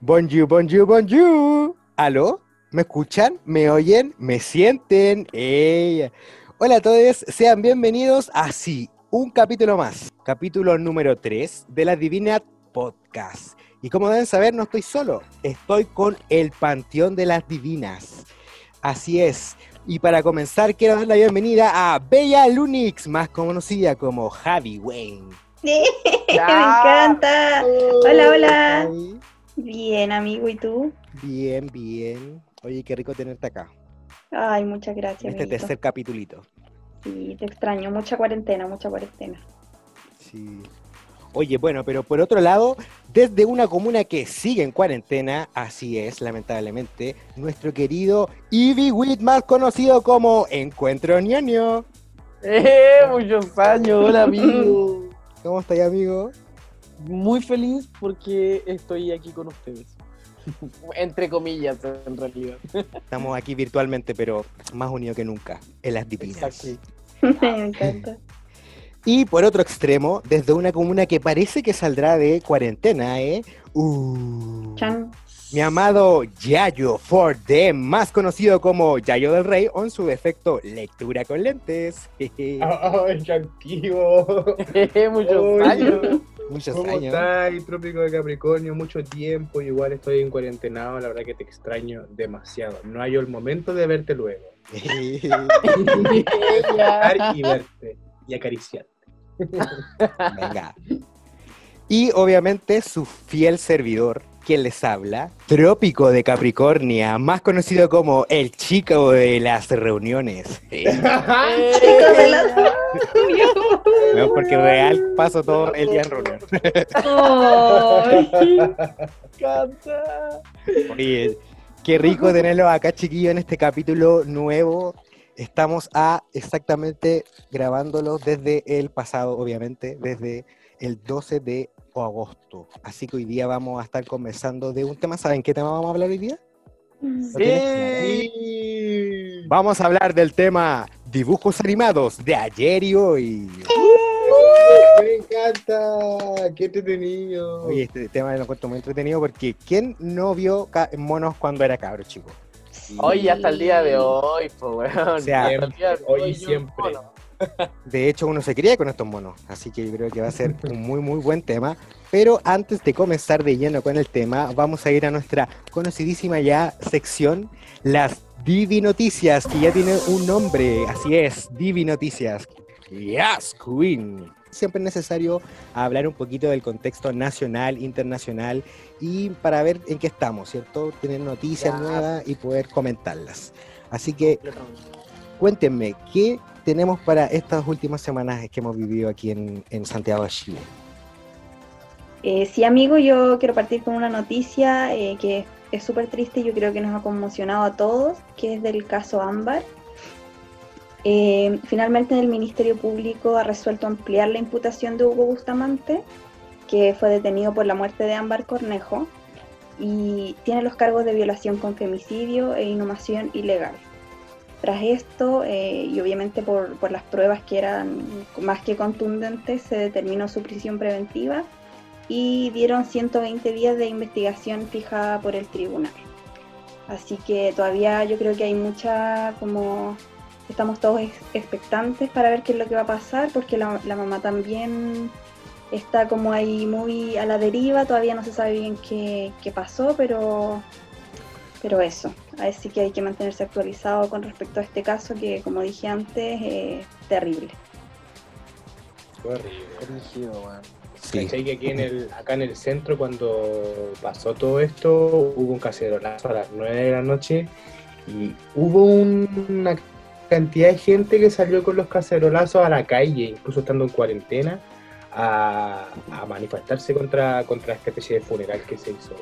Bonjour, bonjour, bonjour. ¿Aló? ¿Me escuchan? ¿Me oyen? ¿Me sienten? ¡Ey! Hola a todos, sean bienvenidos a sí, un capítulo más. Capítulo número 3 de la Divina Podcast. Y como deben saber, no estoy solo, estoy con el Panteón de las Divinas. Así es. Y para comenzar, quiero dar la bienvenida a Bella Lunix, más conocida como Javi Wayne. Me encanta. Hola, hola. Bien, amigo, ¿y tú? Bien, bien. Oye, qué rico tenerte acá. Ay, muchas en gracias. este amiguito. tercer capitulito. Sí, te extraño. Mucha cuarentena, mucha cuarentena. Sí. Oye, bueno, pero por otro lado, desde una comuna que sigue en cuarentena, así es, lamentablemente, nuestro querido Ivy Wit, más conocido como Encuentro Ñoño. ¡Eh! Muchos años, hola amigo. ¿Cómo estáis, amigo? Muy feliz porque estoy aquí con ustedes. Entre comillas, en realidad. Estamos aquí virtualmente, pero más unidos que nunca, en las divinas. Exacto. Ah. Me encanta. Y por otro extremo, desde una comuna que parece que saldrá de cuarentena, ¿eh? Uh, Chan. mi amado Yayo 4D, más conocido como Yayo del Rey, o en su defecto, lectura con lentes. Jeje. ¡Ay, qué activo! Eh, Muchos Oye, años. Muchos ¿Cómo años. estáis, Trópico de Capricornio? Mucho tiempo, igual estoy en cuarentenado, la verdad que te extraño demasiado. No hay el momento de verte luego. Estar y verte y acariciar. Venga. Y obviamente su fiel servidor, quien les habla, Trópico de Capricornia, más conocido como el chico de las reuniones. Eh, Chicos de las No, porque real paso todo el día en reunión. Ay. encanta. Oye, qué rico tenerlos acá, chiquillos, en este capítulo nuevo. Estamos a exactamente grabándolo desde el pasado, obviamente, desde el 12 de agosto. Así que hoy día vamos a estar conversando de un tema. ¿Saben qué tema vamos a hablar hoy día? ¿Lo tienes claro? Sí. Vamos a hablar del tema dibujos animados de ayer y hoy. ¡Me encanta! ¡Qué entretenido! Oye, este tema lo encuentro muy entretenido porque ¿quién no vio ca- monos cuando era cabro, chico? Hoy hasta el día de hoy, po, weón. O sea, Hasta el día de hoy y yo, siempre. no. De hecho, uno se cría con estos monos, así que yo creo que va a ser un muy, muy buen tema. Pero antes de comenzar de lleno con el tema, vamos a ir a nuestra conocidísima ya sección, las Divi Noticias, que ya tiene un nombre, así es, Divi Noticias. Yes, Queen. Siempre es necesario hablar un poquito del contexto nacional, internacional y para ver en qué estamos, ¿cierto? Tener noticias Ya. nuevas y poder comentarlas. Así que Cuéntenme, ¿qué tenemos para estas últimas semanas que hemos vivido aquí en, en Santiago de Chile? Eh, sí, amigo, yo quiero partir con una noticia eh, que es súper triste y yo creo que nos ha conmocionado a todos, que es del caso Ámbar. Eh, finalmente el Ministerio Público ha resuelto ampliar la imputación de Hugo Bustamante, que fue detenido por la muerte de Ámbar Cornejo, y tiene los cargos de violación con femicidio e inhumación ilegal. Tras esto, eh, y obviamente por, por las pruebas que eran más que contundentes, se determinó su prisión preventiva y dieron 120 días de investigación fijada por el tribunal. Así que todavía yo creo que hay mucha como estamos todos ex- expectantes para ver qué es lo que va a pasar porque la, la mamá también está como ahí muy a la deriva, todavía no se sabe bien qué, qué pasó, pero pero eso, así que hay que mantenerse actualizado con respecto a este caso que como dije antes, eh, terrible. Qué horrible. Rígido, weón. Sí. ¿Cachai? Que aquí en el, acá en el centro, cuando pasó todo esto, hubo un cacerolazo a las 9 de la noche y hubo un- una cantidad de gente que salió con los cacerolazos a la calle, incluso estando en cuarentena, a, a manifestarse contra, contra la especie de funeral que se hizo.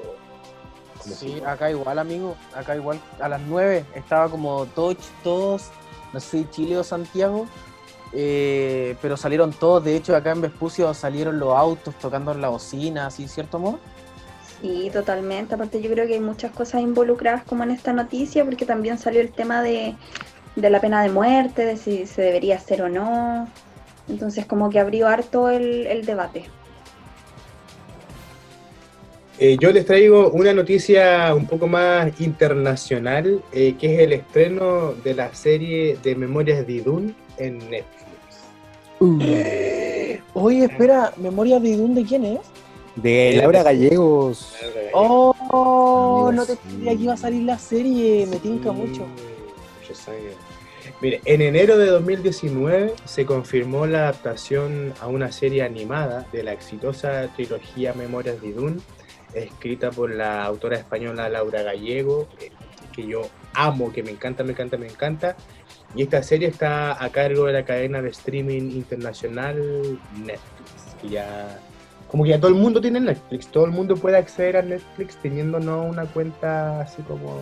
Como Sí, si- acá igual, amigo. Acá igual. A las 9 estaba como todo ch- todos, no sé si Chile o Santiago, eh, pero salieron todos. De hecho, acá en Vespucio salieron los autos tocando la bocina, así, ¿cierto, amor? Sí, totalmente. Aparte yo creo que hay muchas cosas involucradas como en esta noticia, porque también salió el tema de, de la pena de muerte, de si se debería hacer o no. Entonces como que abrió harto el, el debate. Eh, yo les traigo una noticia un poco más internacional, eh, que es el estreno de la serie de Memorias de Idún en Netflix. Oye, espera, Memorias de Idún de quién es? De Laura Gallegos. Oh, Amigos, no te sí. creía que iba a salir la serie, me tinca Sí, mucho. muchos años. Mire, en enero de 2019 se confirmó la adaptación a una serie animada de la exitosa trilogía Memorias de Idún, escrita por la autora española Laura Gallego, eh, que yo amo, que me encanta, me encanta, me encanta. Y esta serie está a cargo de la cadena de streaming internacional Netflix, que ya como que ya todo el mundo tiene Netflix, todo el mundo puede acceder a Netflix teniendo no una cuenta así como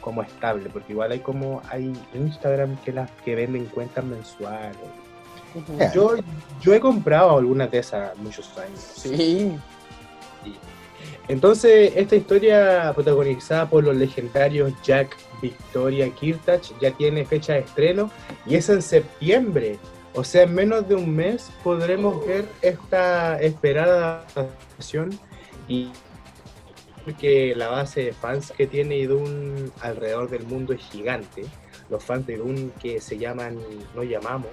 como estable, porque igual hay como hay Instagram que las que venden cuentas mensuales. Ujú. Ya. Yo yo he comprado algunas de esas muchos años. Sí, Entonces, esta historia protagonizada por los legendarios Jack, Victoria, Kirtach ya tiene fecha de estreno y es en septiembre. O sea, en menos de un mes podremos ver esta esperada adaptación y porque la base de fans que tiene Idun alrededor del mundo es gigante. Los fans de Idun que se llaman, no llamamos,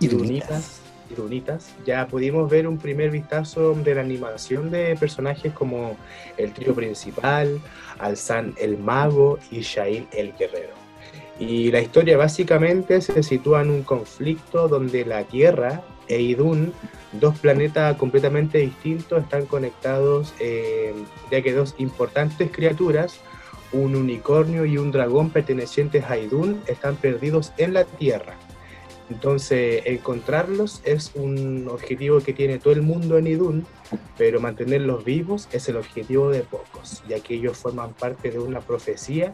Idunitas. Idunitas. Ya pudimos ver un primer vistazo de la animación de personajes como el trío principal, Alzan el mago y Shail el guerrero. Y la historia básicamente se sitúa en un conflicto donde la Tierra e Idun, dos planetas completamente distintos, están conectados eh, ya que dos importantes criaturas, un unicornio y un dragón pertenecientes a Idun, están perdidos en la Tierra. Entonces, encontrarlos es un objetivo que tiene todo el mundo en Idun, pero mantenerlos vivos es el objetivo de pocos, ya que ellos forman parte de una profecía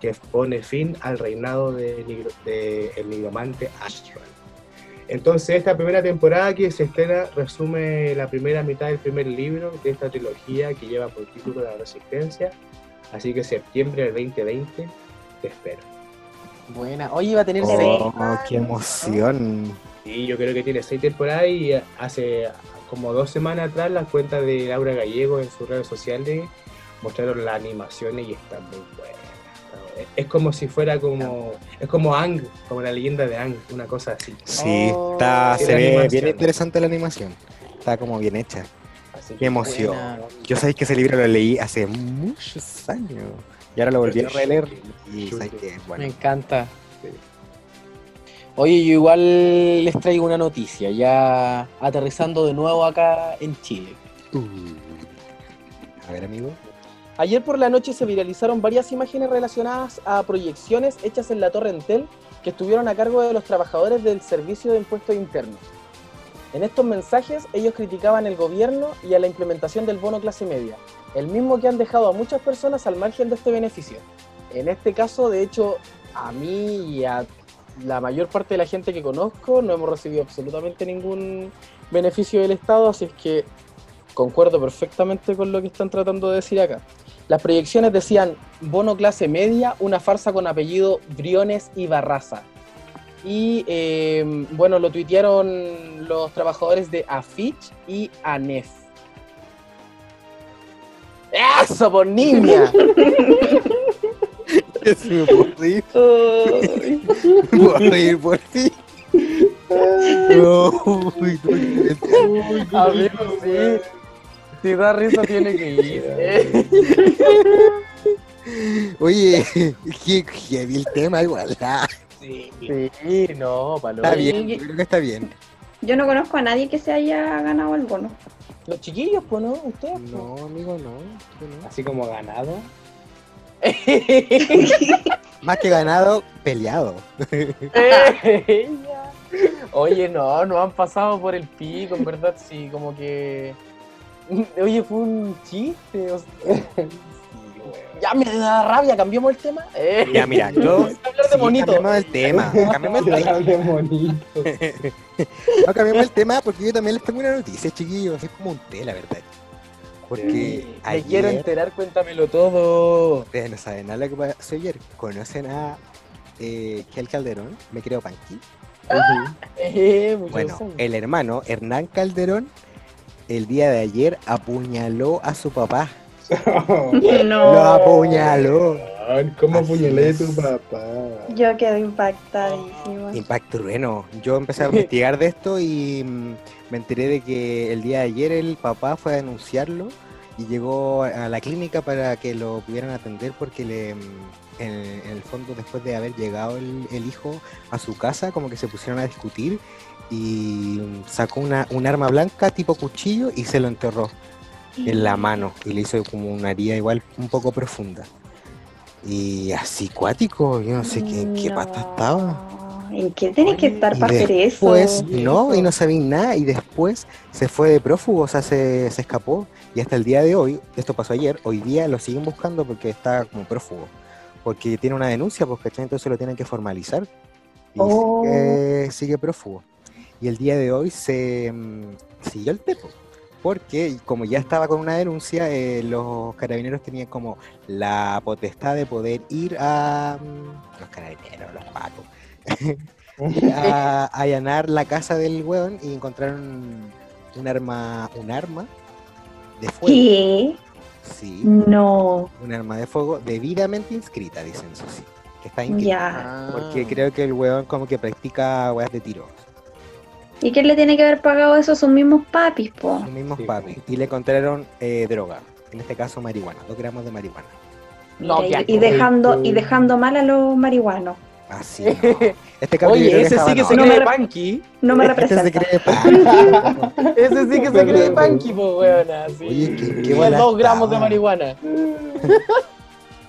que pone fin al reinado del de, el nigromante Ashran. Entonces, esta primera temporada que se estrena resume la primera mitad del primer libro de esta trilogía que lleva por título La Resistencia. Así que septiembre del 2020 te espero. buena. Oye, iba a tener seis. Oh, qué emoción. Y yo creo que tiene seis temporadas y hace como dos semanas atrás las cuentas de Laura Gallego en sus redes sociales mostraron las animaciones y están muy buenas. Es- Es como si fuera como... Es como Ang, como la leyenda de Ang, una cosa así. Sí, Oh, está, qué se ve animación. bien interesante la animación. Está como bien hecha. así Qué emoción. buena. Yo sabéis que ese libro lo leí hace muchos años. Y ahora lo volví a releer. Y sabéis que es Me bueno. encanta. Oye, yo igual les traigo una noticia, ya aterrizando de nuevo acá en Chile. A ver, amigo. Ayer por la noche se viralizaron varias imágenes relacionadas a proyecciones hechas en la Torre Entel que estuvieron a cargo de los trabajadores del Servicio de Impuestos Internos. En estos mensajes ellos criticaban al gobierno y a la implementación del bono clase media, el mismo que han dejado a muchas personas al margen de este beneficio. En este caso, de hecho, a mí y a la mayor parte de la gente que conozco no hemos recibido absolutamente ningún beneficio del Estado, así es que concuerdo perfectamente con lo que están tratando de decir acá. Las proyecciones decían bono clase media, una farsa con apellido Briones y Barraza. Y eh, bueno, lo tuitearon los trabajadores de Afich y ANEF. ¡Eso, por niña! Sí, me puedo reír, Uy, puedo reír por ti. No, uy, no, Amigo, sí. Si da risa, tiene que ir. eh. Oye, qué heavy el tema igual. ah, Sí, no, Está paloma. bien, yo creo que está bien. Yo no conozco a nadie que se haya ganado el bono. Los chiquillos, pues, ¿no? Ustedes. pues. No, amigo, no. tú no. Así como ganado. Más que ganado, peleado. Ella. Oye, no, no han pasado por el pico, en verdad, sí, como que. Oye, fue un chiste. o sea, Ya me da rabia, cambiamos el tema. Eh, Ya, mira, yo. vamos a hablar de sí, monito. cambiemos el tema. Cambiemos el tema. Qué bonito. No, cambiemos el tema porque yo también les tengo una noticia, chiquillos. Es como un té, la verdad. Porque Me ayer, quiero enterar, cuéntamelo todo. ustedes no saben nada de lo que pasó ayer. ¿Conocen a eh, Kel Calderón? Me creo Panqui. Eh, mucho Bueno, eh, son. el hermano Hernán Calderón el día de ayer apuñaló a su papá. No. Lo apuñaló. ¿Cómo Así apuñalé a es. tu papá? Yo quedo impactadísima. Impacto Rueno. Yo empecé a investigar de esto y mm, me enteré de que el día de ayer el papá fue a denunciarlo y llegó a la clínica para que lo pudieran atender porque le, mm, en, en el fondo después de haber llegado el, el hijo a su casa como que se pusieron a discutir y mm, sacó una, un arma blanca tipo cuchillo y se lo enterró en la mano y le hizo como una herida igual un poco profunda. Y así cuático, yo no sé qué, en qué pata No. estaba. ¿En qué tenés que estar Y para hacer eso? después, no, y no sabía nada, y después se fue de prófugo, o sea, se, se escapó, y hasta el día de hoy, esto pasó ayer, hoy día lo siguen buscando porque está como prófugo, porque tiene una denuncia, porque entonces lo tienen que formalizar, y Oh. sigue, sigue prófugo. Y el día de hoy se mm, siguió el tepo, porque como ya estaba con una denuncia, eh, los carabineros tenían como la potestad de poder ir a... mm, Los carabineros, los pacos a a allanar la casa del weón y encontraron un arma, un arma de fuego. ¿Qué? Sí, No. Mm. un arma de fuego debidamente inscrita, dicen eso sí. Que está inscrita. Ya. Ah. Porque creo que el weón como que practica weas de tiro. ¿Y qué le tiene que haber pagado eso a sus mismos papis, po? Los mismos Sí. papis. Y le encontraron eh, droga. En este caso marihuana, dos gramos de marihuana. No, y, ya, y de- dejando, y dejando mal a los marihuanos. Así. Ah, no. Este capítulo Oye, creo ese estaba- sí que se no, no. cree punky. No me este se representa. cree pan. Ese sí que se cree punky, po, weona. Sí. Oye, qué- qué Igual buena dos gramos de estaba. marihuana.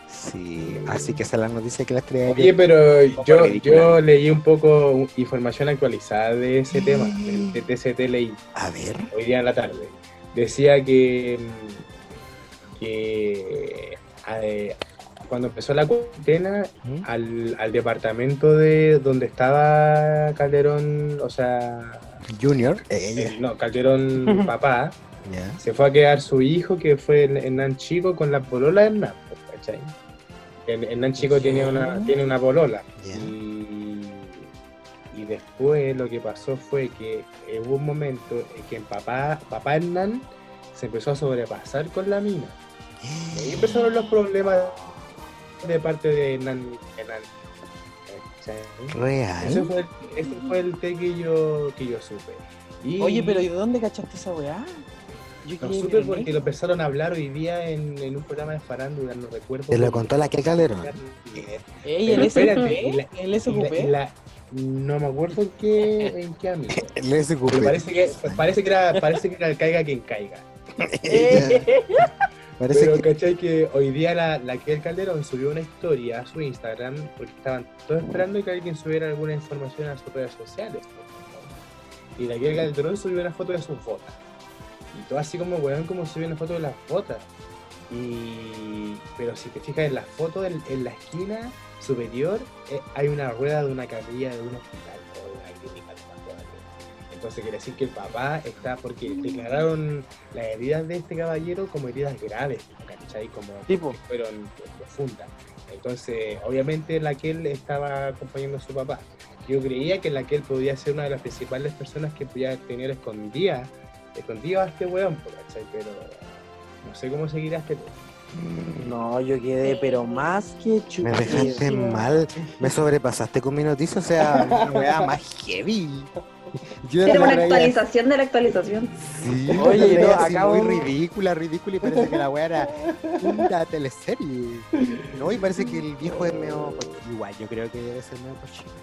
Sí, así que esa es la noticia que las trae. Oye, pero Como yo, ridícula. yo leí un poco información actualizada de ese tema, del de TCT leí A ver. hoy día en la tarde. Decía que, mm, que eh, cuando empezó la cuarentena, ¿Mm? al, al departamento de donde estaba Calderón, o sea, Junior. eh, no, Calderón papá, Ya. se fue a quedar su hijo que fue en- Hernán Chico con la polola de Hernán, pues, ¿cachai? En- Hernán Chico tiene una, tiene una polola. Ya. Y, y después lo que pasó fue que eh, hubo un momento en que en papá, papá Hernán se empezó a sobrepasar con la mina. Y ahí empezaron los problemas de parte de Hernán. Hernán, ¿cachai? Real. Ese fue, el, ese fue el té que yo, que yo supe. Y Oye, pero ¿y de dónde cachaste esa weá? Yo Lo quedé supe en porque esto. lo empezaron a hablar hoy día en, en un programa de farándula, no recuerdo. Te lo cómo- contó la que Calderón. Ey, el Pero espérate, y SQP, la- el Y la- y SQP. la- no me acuerdo en qué, en qué amigo. Le escupí. Pero parece que, pues, parece que era, parece que era el caiga quien caiga. Ya. Parece Pero que cachai que hoy día la, la que el Calderón subió una historia a su Instagram porque estaban todos esperando que alguien subiera alguna información a sus redes sociales. ¿no? Y la que el Calderón subió una foto de sus botas. Y todo así como weón como subió una foto de las botas. Y pero si te fijas en la foto en, en la esquina superior eh, hay una rueda de una camilla de un hospital o de una clínica de una cosa así. Entonces quiere decir que el papá está porque declararon las heridas de este caballero como heridas graves, ¿cachai? Como Tipo. que fueron profundas. Entonces, obviamente la que él estaba acompañando a su papá. Yo creía que la que él podía ser una de las principales personas que podía tener escondida, escondido a este weón, po, ¿cachai? Pero no sé cómo seguirá este weón. No, yo quedé, pero más que me chupido. dejaste Dios. mal. Me sobrepasaste con mi noticia, o sea, una weá más heavy. Yo Era la una leí así, actualización de la actualización. sí, yo Oye, la leí no, así acabo- muy ridícula, ridícula, y parece que la weá era una teleserie. No, y parece que el viejo es medio. Igual, yo creo que debe ser medio cochino.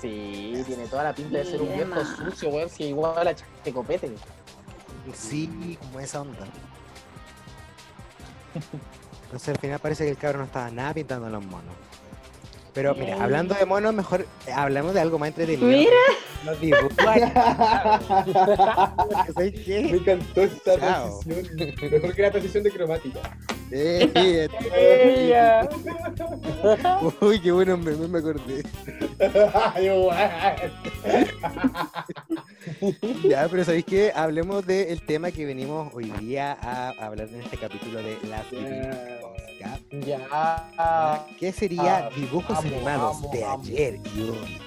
Sí, tiene toda la pinta de ser un Sí, viejo además. sucio, weón, si igual a Chacopete. Sí, como esa onda. Entonces al final parece que el cabrón no estaba nada pintando los monos. Pero mira, Ay. hablando de monos, mejor eh, hablamos de algo más entretenido. Mira. Los dibujos. Porque, ¿sabes Me qué? encantó esta Chao. transición. Mejor que la transición de cromática. Eh, eh, ¡Ella! Uy, qué bueno me, me acordé. Yo, weón. Ya, pero ¿sabéis qué? Hablemos del tema que venimos hoy día a hablar en este capítulo de las yeah. ya. ¿Qué sería Ah, dibujos amo, animados amo, de amo. ayer y hoy?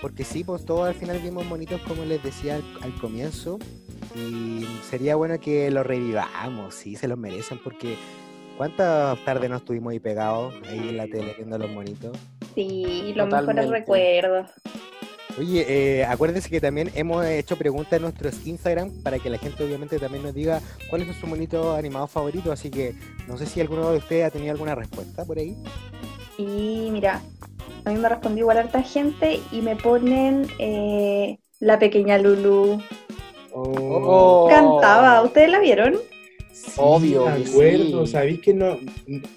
Porque sí, pues todos al final vimos monitos como les decía al, al comienzo y Sería bueno que lo revivamos, sí, se los merecen, porque ¿cuántas tardes nos estuvimos ahí pegados, ahí en la tele, viendo los monitos? Sí, los mejores Totalmente. recuerdos. Oye, eh, acuérdense que también hemos hecho preguntas en nuestros Instagram para que la gente obviamente también nos diga cuáles son sus monitos animados favoritos, así que no sé si alguno de ustedes ha tenido alguna respuesta por ahí. Y mira, a mí me respondió igual harta gente y me ponen eh, la pequeña Lulu. Oh, Cantaba, ¿ustedes la vieron? sí, Obvio, me acuerdo, sí. Em- sabéis que no.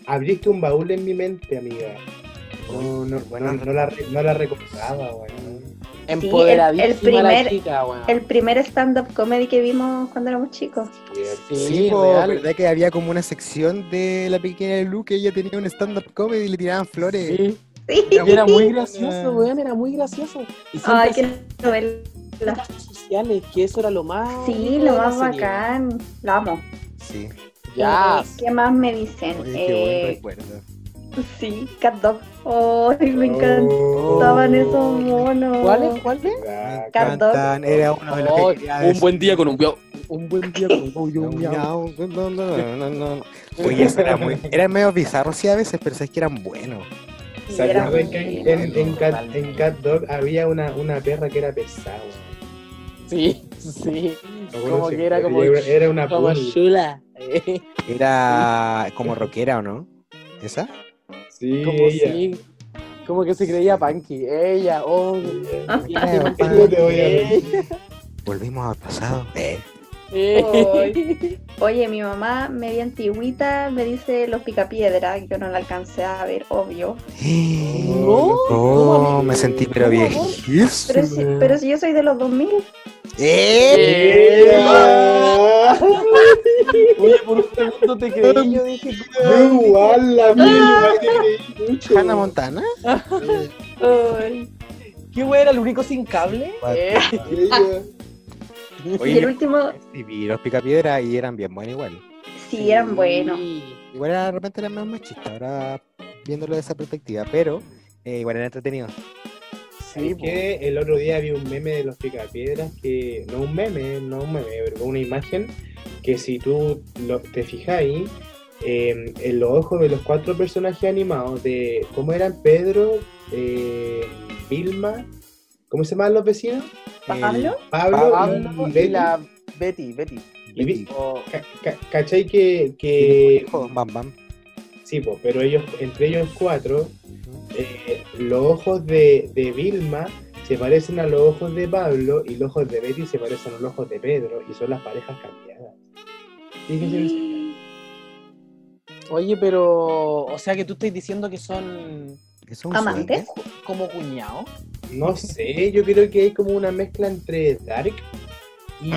Abriste un baúl en mi mente, amiga. No, no, bueno, no la, re- no la recordaba, weón. Empoderadísima el primer- la chica, weón. El primer stand-up comedy que vimos cuando éramos chicos. Sí, po, real. ¿verdad que había como una sección de la pequeña Lu que ella tenía un stand-up comedy y le tiraban flores? Sí. Sí. Era Y era muy buena. gracioso, weón, era muy gracioso. Y siempre Ay, hacía qué novela. cosas sociales, que eso era lo más. Sí, rico lo de la más serie. bacán. La amo. Sí, Ya. Eh, ¿Qué más me dicen? oye, Eh, qué buen recuerdo. sí, Cat Dog. Ay, me encantaban Oh. esos monos. ¿Cuál es? ¿Cuál es? Me Ah, Cat Dog. encantan, era uno de los Oh, que quería ver. Un buen día con un guau. Un buen día con un No, no, no, no, no, no. Oye, eso era muy... Eran medio bizarros sí a veces, pero es que eran buenos. Sí, ¿Se era acuerdan muy- que en, bueno, en- en Cat, totalmente. en Cat Dog había una, una perra que era pesada? weón? Sí, sí. Me acuerdo Como que siempre. era como. Era, era una Como poodle. chula. Era como rockera, ¿o no? ¿Esa? Sí, Como ella. sí. Como que se creía punky. Ella, oh. Ella. Claro, ¿Cómo te voy a Eh, Ah, Volvimos al pasado. Eh, Oh. eh. Oye, mi mamá, media antigüita, me dice los picapiedra. Yo no la alcancé a ver, obvio. No, ¿cómo, Oh, amigo? me sentí pero ¿Cómo, viejísimo. Pero si, pero si yo soy de los 2000. ¡Eh! ¡Ella! Ah. Oye, por un segundo te creí. Yo dije, Yo igual la vi, igual te creí mucho. ¿Hannah Montana? Ay. ¿qué güey era el único sin cable? Eh. Ella. Y el último, Sí, vi los picapiedra y eran bien buenos igual. sí, eran buenos. Igual era- de repente eran más machistas, ahora viéndolo de esa perspectiva, pero eh, igual era entretenido. Sí, ¿Sabes qué? el otro día vi un meme de los picapiedras que no un meme, no un meme, pero una imagen que si tú lo- te fijáis eh, en los ojos de los cuatro personajes animados de cómo eran Pedro, eh, Vilma, ¿cómo se llamaban los vecinos? ¿Pablo? El- Pablo, Pablo y y Betty. la Betty, Betty. Y vi- Eh, O- ca- ca- ¿Cachai que, el que hijo, Bam Bam. Sí, po, pero ellos, entre ellos cuatro, eh, los ojos de, de Vilma se parecen a los ojos de Pablo y los ojos de Betty se parecen a los ojos de Pedro y son las parejas cambiadas. Fíjense, Oye, pero, o sea que tú estás diciendo que son ¿Eso es un ¿Amantes? sueño? como cuñados. No sé, yo creo que hay como una mezcla entre Dark y...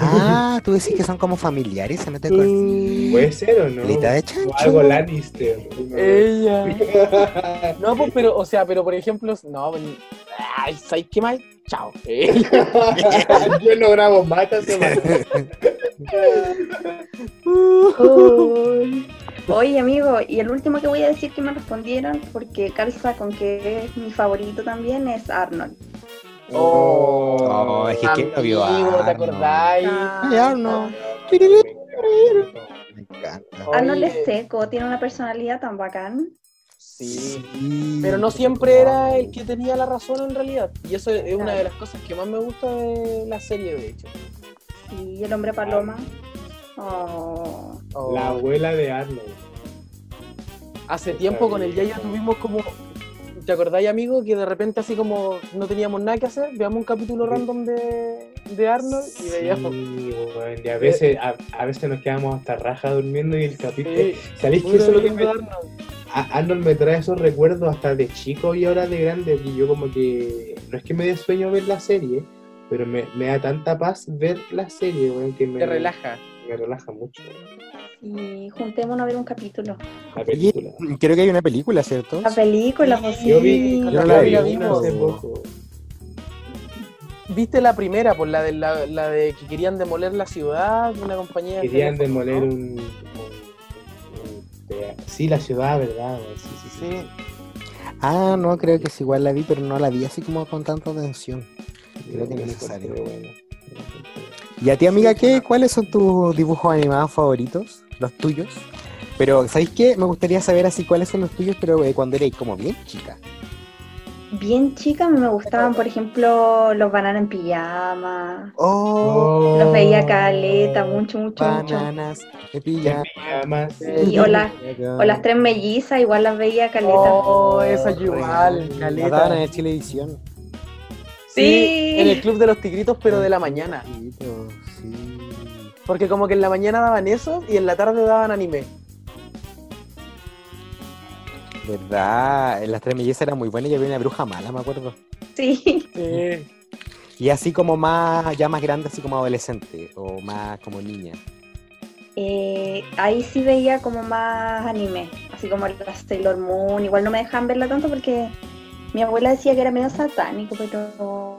Ah, tú decís que son como familiares, se mete con. Mm, Puede ser o no. Pelita de O algo chancho. Lannister. Ella. No, pues, pero, o sea, pero por ejemplo, no, pues, ay, ¿sabes qué más? Chao. yo no grabo más esta semana. Ay. Oye, amigo, y el último que voy a decir que me respondieron, porque calza con que es mi favorito también, es Arnold. Oh. Oh, es que ah, ¿quién lo vio a Amigo, ¿te Arnold? acordáis? Ay, Arnold. Me encanta. Arnold Oye. es seco, tiene una personalidad tan bacán. Sí. Pero no siempre era el que tenía la razón en realidad. Y eso es una de las cosas que más me gusta de la serie, de hecho. Y el hombre paloma. Oh. Oh. La abuela de Arnold. Hace tiempo con el Yayo tuvimos como. ¿Te acordáis, amigo? Que de repente, así como no teníamos nada que hacer, veamos un capítulo Sí. random de, de Arnold y veíamos. Sí, weón, y a veces, a, a veces nos quedamos hasta raja durmiendo y el capítulo. Sí. ¿Sabéis que Puro eso es lo que viendo me, Arnold. a- Arnold me trae esos recuerdos hasta de chico y ahora de grande? Y yo, como que no es que me dé sueño ver la serie, pero me, me da tanta paz ver la serie, weón, que me, Te relaja. me relaja mucho. weón. Y juntémonos a ver un capítulo. La Oye, película. creo que hay una película, ¿cierto? La película, Sí, José. Yo vi, Yo yo la la vi. vi una hace No. poco. ¿Viste la primera? Por la de, la, la de que querían demoler la ciudad, una compañía. de Querían teléfono, demoler ¿no? un. un- un- de- Sí, la ciudad, ¿verdad? weón? Sí, sí, sí. Sí. Ah, no, creo que sí, igual la vi, pero no la vi así como con tanta atención. Creo que es necesario. Pero bueno. ¿Y a ti, amiga, qué, cuáles son tus dibujos animados favoritos? Los tuyos. Pero, ¿sabéis qué? Me gustaría saber así cuáles son los tuyos, pero eh, cuando erais como bien chica. Bien chica, me gustaban, por ejemplo, los bananas en pijama. Oh, Los veía caleta, mucho, mucho, mucho. bananas, de pijama. Llamas. Y o, las- o las tres mellizas, igual las veía caleta. Oh, esa yo igual, Las daban en caleta. el Chilevisión. Sí. En el club de los tigritos, pero de la mañana. Chiquito, sí. Porque como que en la mañana daban eso y en la tarde daban anime. ¿Verdad? Las tres mellizas eran muy buenas y había una bruja mala, me acuerdo. Sí, Sí. Y así como más, ya más grande, así como adolescente o más como niña. Eh, ahí sí veía como más anime, así como la Sailor Moon. Igual no me dejaban verla tanto porque mi abuela decía que era medio satánico, pero.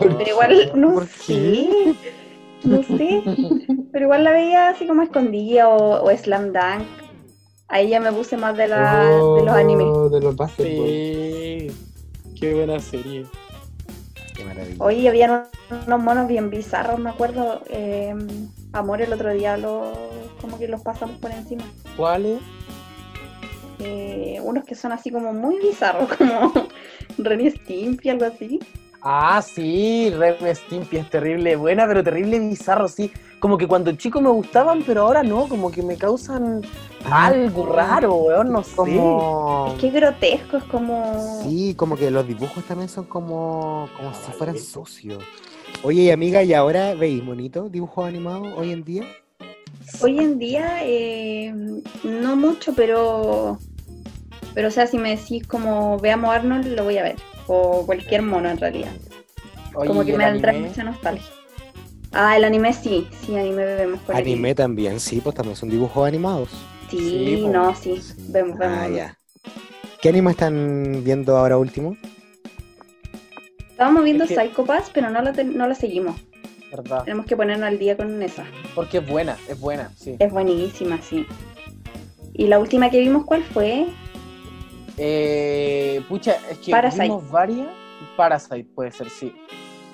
Pero igual, no ¿Por sé. No sé. Pero igual la veía así como escondida o, o Slam Dunk. Ahí ya me puse más de, la, de los animes. Oh, De los pues. básquetbol. Sí. Qué buena serie. Qué maravilla. Hoy había unos monos bien bizarros, me acuerdo. eh, amor, el otro día lo, como que los pasamos por encima. ¿Cuál es? Eh, unos que son así como muy bizarros, como Renny Stimpy, algo así. Ah, sí, Ren Stimpy es terrible buena, pero terrible bizarro, sí. Como que cuando chico me gustaban, pero ahora no, como que me causan algo raro, weón, no sé. Ah. como... Qué grotesco, es como... Sí, como que los dibujos también son como, como Ah, si vale. fueran sucios. Oye, y amiga, ¿y ahora veis bonito dibujos animados hoy en día? Hoy en día, eh, no mucho, pero... Pero o sea, si me decís como veamos Arnold, lo voy a ver. O cualquier mono en realidad. Oye, como que ¿y me el trae anime? mucha nostalgia. Ah, el anime sí, sí, anime vemos por aquí. Anime también, sí, pues también son dibujos animados. Sí, Sí, po. no, sí, vemos, vemos. Ah, vemos. ya. ¿Qué anime están viendo ahora último? Estábamos viendo Es que- Psycho Pass, pero no la, ten- no la seguimos. Verdad, Tenemos que ponernos al día con esa. porque es buena, es buena, sí. Es buenísima, sí. ¿Y la última que vimos cuál fue? Eh, pucha, es que Parasite. vimos varias. Parasite puede ser, sí.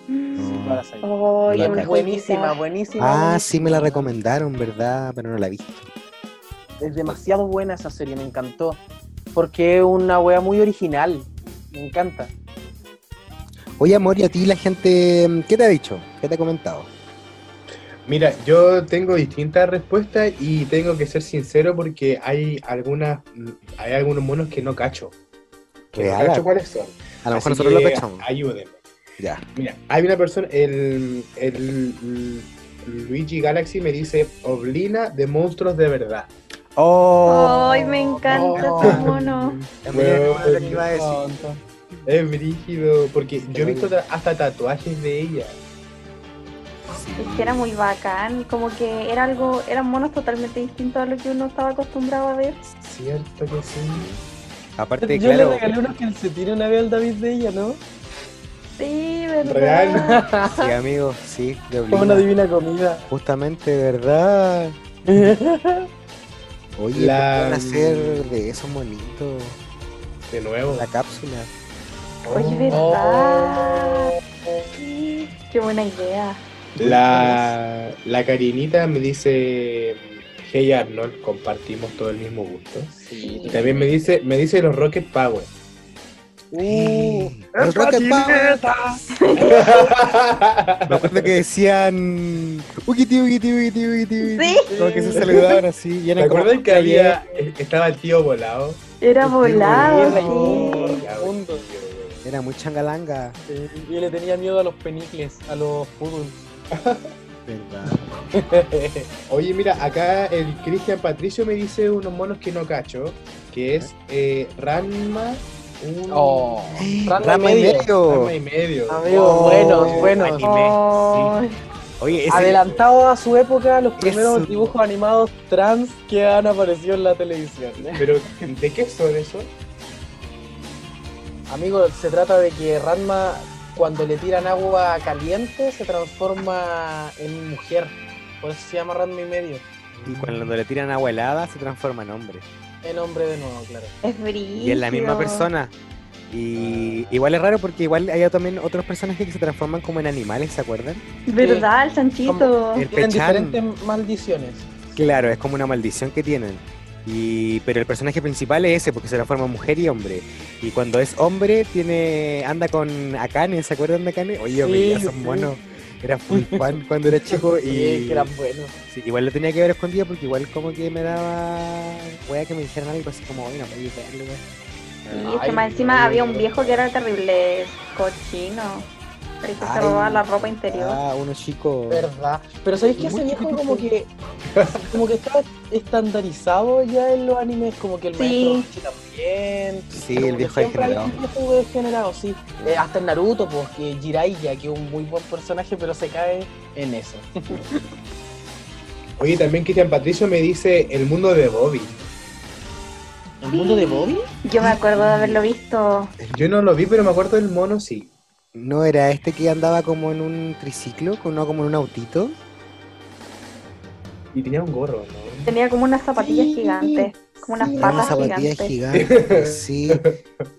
Sí, Mm. Parasite. Oh, La ya me cagué. buenísima, cuenta. buenísima. Ah, buenísima. sí, me la recomendaron, ¿verdad? Pero no la he visto. Es demasiado buena esa serie, me encantó. Porque es una wea muy original. Me encanta. Oye, amor, y a ti la gente, mm, ¿qué te ha dicho? ¿Qué te ha comentado? Mira, yo tengo distintas respuestas y tengo que ser sincero porque hay algunas, hay algunos monos que no cacho. Que no Real. cacho cuáles son. A lo mejor Así nosotros que lo cachamos. Ayúdenme. Ya. Mira, hay una persona, el, el Luigi Galaxy me dice Oblina de monstruos de verdad. Oh, Ay, me encanta no. ese mono. Bueno, ¿qué iba a decir? Tonto. Es brígido, porque yo he Pero visto ta- hasta tatuajes de ella. Es que era muy bacán, como que era algo, eran monos totalmente distintos a lo que uno estaba acostumbrado a ver. Cierto que sí. Aparte, Yo claro. le regalé unos calcetines una vez al David de ella, ¿no? Sí, verdad. Real. Sí, amigo, sí, de Fue Oblina. una divina comida. Justamente, de ¿verdad? Oye, La- van a hacer de esos monitos De nuevo. Oh. la cápsula? Oye, verdad. Sí, qué buena idea. La, la Karinita me dice, hey Arnold, compartimos todo el mismo gusto. Y también me dice, me dice los Rocket Power. Sí. Los Uh, Rocket Power. Me acuerdo que decían. Uquiti, uquiti, uquiti, uquiti. uquiti". Sí, Como que se saludaban así. Y ¿Te eran como- acuerdas que había, e-, estaba el tío volado? Oh, era Qué volado, buena sí. idea. Mundo. Era muy changalanga. Yo le tenía miedo a los penicles, a los poodles. ¿Verdad? Oye, mira, acá el Cristian Patricio me dice unos monos que no cacho, que es eh, Ranma, un Oh, Ranma y Rama y medio. medio. Ranma y medio. Amigo, Oh, bueno, bueno. anime, sí. Oh. Ay. Oye, ese- Adelantado a su época, los primeros Eso. dibujos animados trans que han aparecido en la televisión. ¿eh? Pero, ¿de qué son eso? Amigo, se trata de que Ranma, cuando le tiran agua caliente, se transforma en mujer. Por eso se llama Ranma y medio. Y cuando le tiran agua helada se transforma en hombre. En hombre de nuevo, claro. Es brillo. Y es la misma persona. Y igual es raro porque igual hay también otros personajes que se transforman como en animales, ¿se acuerdan? ¿Verdad, el Sanchito? El Pechan. Tienen diferentes maldiciones. Claro, es como una maldición que tienen. Y, pero el personaje principal es ese, porque se transforma en mujer y hombre. Y cuando es hombre, tiene anda con Akane, ¿se acuerdan de Akane? Oye, yo Sí, veía yo esos sí. monos. Era full fan cuando era chico y Sí, que eran buenos. sí, igual lo tenía que ver escondido porque igual como que me daba wea que me dijeran algo así como, oye, no podía verlo, wea". Y es que Ay, más encima no, había un no. viejo que era terrible cochino. El que se Ay, robaba la ropa interior. Ah, unos chicos. Verdad. Pero ¿sabéis que ese viejo como que como que está estandarizado ya en los animes? Como que el Sí. maestro Hachi también. Sí, Como el que viejo siempre hay degenerado. un viejo degenerado, sí. Eh, hasta en Naruto, pues, que Jiraiya, que es un muy buen personaje, pero se cae en eso. Oye, también Cristian Patricio me dice el mundo de Bobby. ¿El mundo de Bobby? Yo me acuerdo de haberlo visto. Yo no lo vi, pero me acuerdo del mono, sí. No era este que andaba como en un triciclo, con- no como en un autito. Y tenía un gorro, ¿no? Tenía como unas zapatillas Sí, gigantes, como unas sí, Tenía unas patas zapatillas gigantes. gigantes. sí.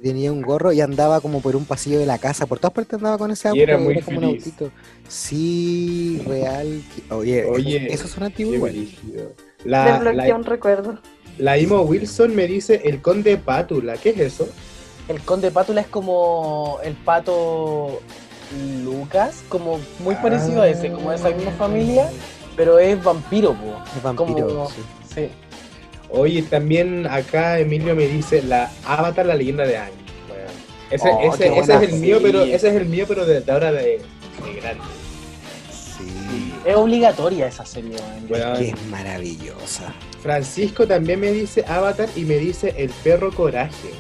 Tenía un gorro y andaba como por un pasillo de la casa. Por todas partes andaba con ese Y era muy como un feliz. autito. Sí, real. que- Oye, Oye, eso son antiguos Qué igual. brígido. La, Desbloqueé la, un recuerdo. la Imo Wilson me dice el conde Pátula. ¿Qué es eso? El conde Pátula es como el pato Lucas, como Ah. muy parecido a ese, como de esa misma familia, pero es vampiro, po. Es vampiro. Como- sí. Sí. Oye, también acá Emilio me dice la Avatar, la leyenda de Aang. Bueno, ese Oh, ese- qué ese buena es el mío, serie. pero ese es el mío, pero desde ahora de, de grande. Sí. Es obligatoria esa serie, weón. Bueno, Que es maravillosa. Francisco también me dice Avatar y me dice el perro coraje.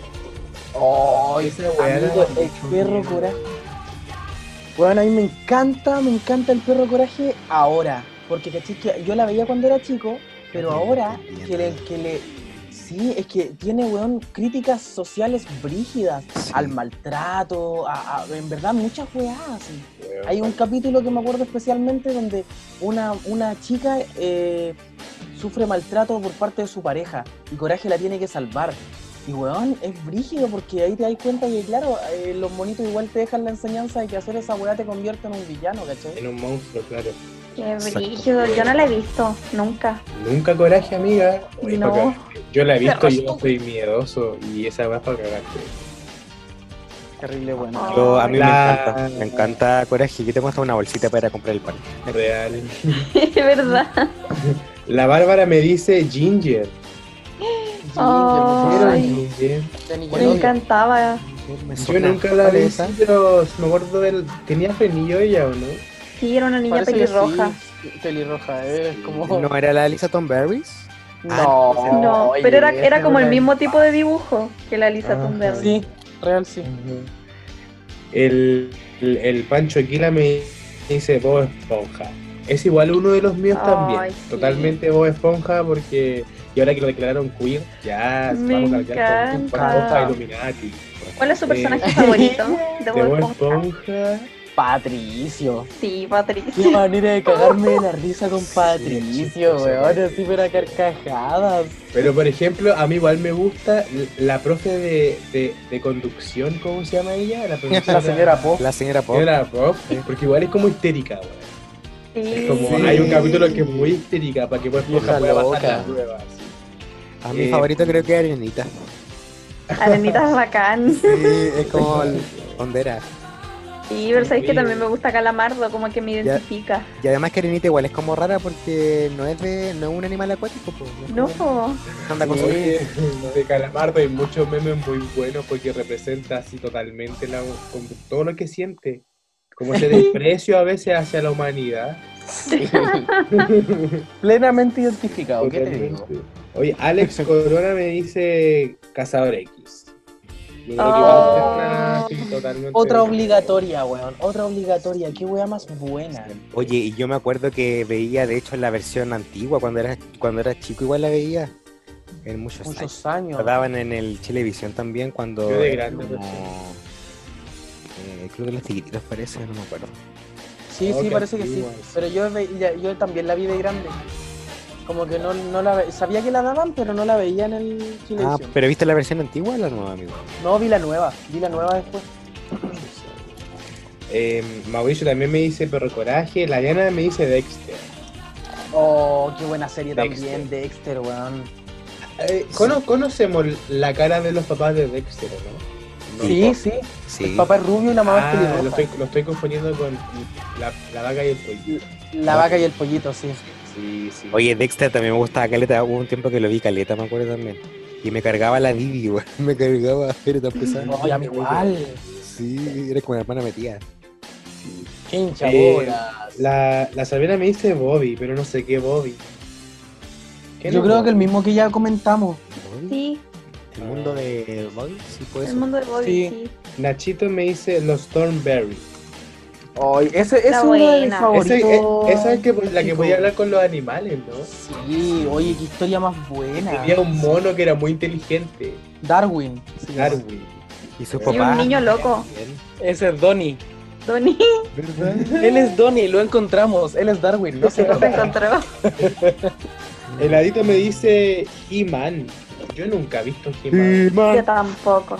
Oh, ese weá amigo, da el mucho perro miedo. coraje. Bueno, a mí me encanta, me encanta el perro coraje ahora. Porque ¿cachai? que yo la veía cuando era chico, pero Ya, ahora ya, que le, ya. que le. Sí, es que tiene, weón, críticas sociales brígidas Sí. al maltrato, a, a- en verdad muchas weás. sí. Hay un capítulo que me acuerdo especialmente donde una, una chica eh, sufre maltrato por parte de su pareja y Coraje la tiene que salvar. Y weón, es brígido porque ahí te das cuenta que, claro, eh, los monitos igual te dejan la enseñanza de que hacer esa weá te convierte en un villano, ¿cachai? En un monstruo, claro. Qué Exacto. brillo. Yo no la he visto, nunca. Nunca coraje, amiga. Oye, No. pa' cagarte. Yo la he visto y yo Perro. soy miedoso y esa va para cagarte. Terrible bueno. Yo- a mí La- me encanta. Me encanta Coraje. Yo te muestro una bolsita para ir a comprar el pan. Real. Es verdad. La Bárbara me dice Ginger. Ay. ¿Vieron Ginger? Me encantaba. Me Yo suena. nunca la ¿Cuál vi, es esa? pero me acuerdo del... ¿Tenía frenillo ella o no? Sí, era una niña pelirroja. Pelirroja, eh, es como. ¿No era la Lisa Tom Berries? No, No, oye, pero era, esa era como el weá- mismo tipo de dibujo que la Lisa Ajá. Thunberg. Sí, real sí. El, el, el Pancho Aquila me dice Bob Esponja. Es igual uno de los míos Ay, también. sí. Totalmente Bob Esponja porque... Y ahora que lo declararon queer, ya Me vamos a cambiar con Bob encanta. Esponja Illuminati. ¿Cuál es su Eh, personaje favorito de de Bob Bob Esponja? Esponja. Patricio. Sí, Qué Patricio. manera de cagarme de la risa con Patricio, chistoso, weón. Patricio. Así pero a carcajadas. Pero por ejemplo, a mí igual me gusta la profe de, de, de conducción, ¿cómo se llama ella? La, profesora- La señora Po. La señora Pop. señora Pop, porque igual es como histérica, güey. Es Sí. como, Sí. hay un capítulo que es muy histérica para que puedas Vieja pueda pasar loca. la prueba. sí. A mi Eh, favorito creo que es Arenita. Arenita es bacán. Sí, es como el Hondera. Sí, pero sabéis que también me gusta Calamardo, como que me identifica. Y además que Arenita igual es como rara porque no es de no es un animal acuático. pues, es No, como- anda con su- Oye, de Calamardo hay muchos memes muy buenos porque representa así totalmente la, como todo lo que siente. Como ese desprecio a veces hacia la humanidad. Sí. Plenamente identificado, ¿qué te digo? Totalmente. Oye, Alex Corona me dice Cazador X. Yo creo que Oh. va a ser una- sí, totalmente. Ah. Otra obligatoria, weón. Otra obligatoria. Qué weá más buena. Oye, y yo me acuerdo que veía, de hecho, en la versión antigua, cuando era, cuando era chico igual la veía. En muchos, años. Muchos años. La daban en el televisión también cuando... Yo de era grande, como- pues, eh, el Club de los Tigritos parece, no me acuerdo. Sí, Oh, sí, qué parece que sí. antiguo eso. Pero yo, ve- ya- yo también la vi de grande. Como que no, no la ve- sabía que la daban, pero no la veía en el Ah, Chilevisión. pero ¿viste la versión antigua o la nueva, amigo? No, vi la nueva, vi la nueva después. Eh, Mauricio también me dice Perro Coraje, la Diana me dice Dexter. Oh, qué buena serie Dexter. también, Dexter, weón. Eh, cono- Conocemos la cara de los papás de Dexter, ¿no? No. Sí, sí, Sí. Papá es rubio y la mamá es Ah, lo pelirroja. estoy, lo estoy confundiendo con la, la vaca y el pollo. Ah. La vaca y el pollito, sí. Sí, sí. Oye, Dexter también me gustaba Caleta. Hubo un tiempo que lo vi Caleta, me acuerdo también. Y me cargaba la Didi, weón. Me cargaba, era tan pesado. No, ya me igual. Sí, era como una hermana metida. Qué hincha Eh, bola. La, la Sabina me dice Bobby, pero no sé qué Bobby. ¿Qué Yo no creo Bobby? que el mismo que ya comentamos. Sí, ¿El mundo de Bobby? Sí, puede el ser. mundo de Bobby, Sí. sí. Nachito me dice los Thornberry. Ay, ese ese es Está uno de mis buena. Ese- eh, favoritos. Esa es que, la que chicos. podía hablar con los animales, ¿no? Sí, oye, qué historia más buena. Había un mono que era muy inteligente. Darwin. sí. Darwin. Y su Sí, Y un papá. niño loco. Ese es Donnie. Donnie Él es Donnie, lo encontramos. Él es Darwin. No sé. lo encontró. El adito me dice He-Man. Yo nunca he visto He-Man. Sí, man. Yo tampoco.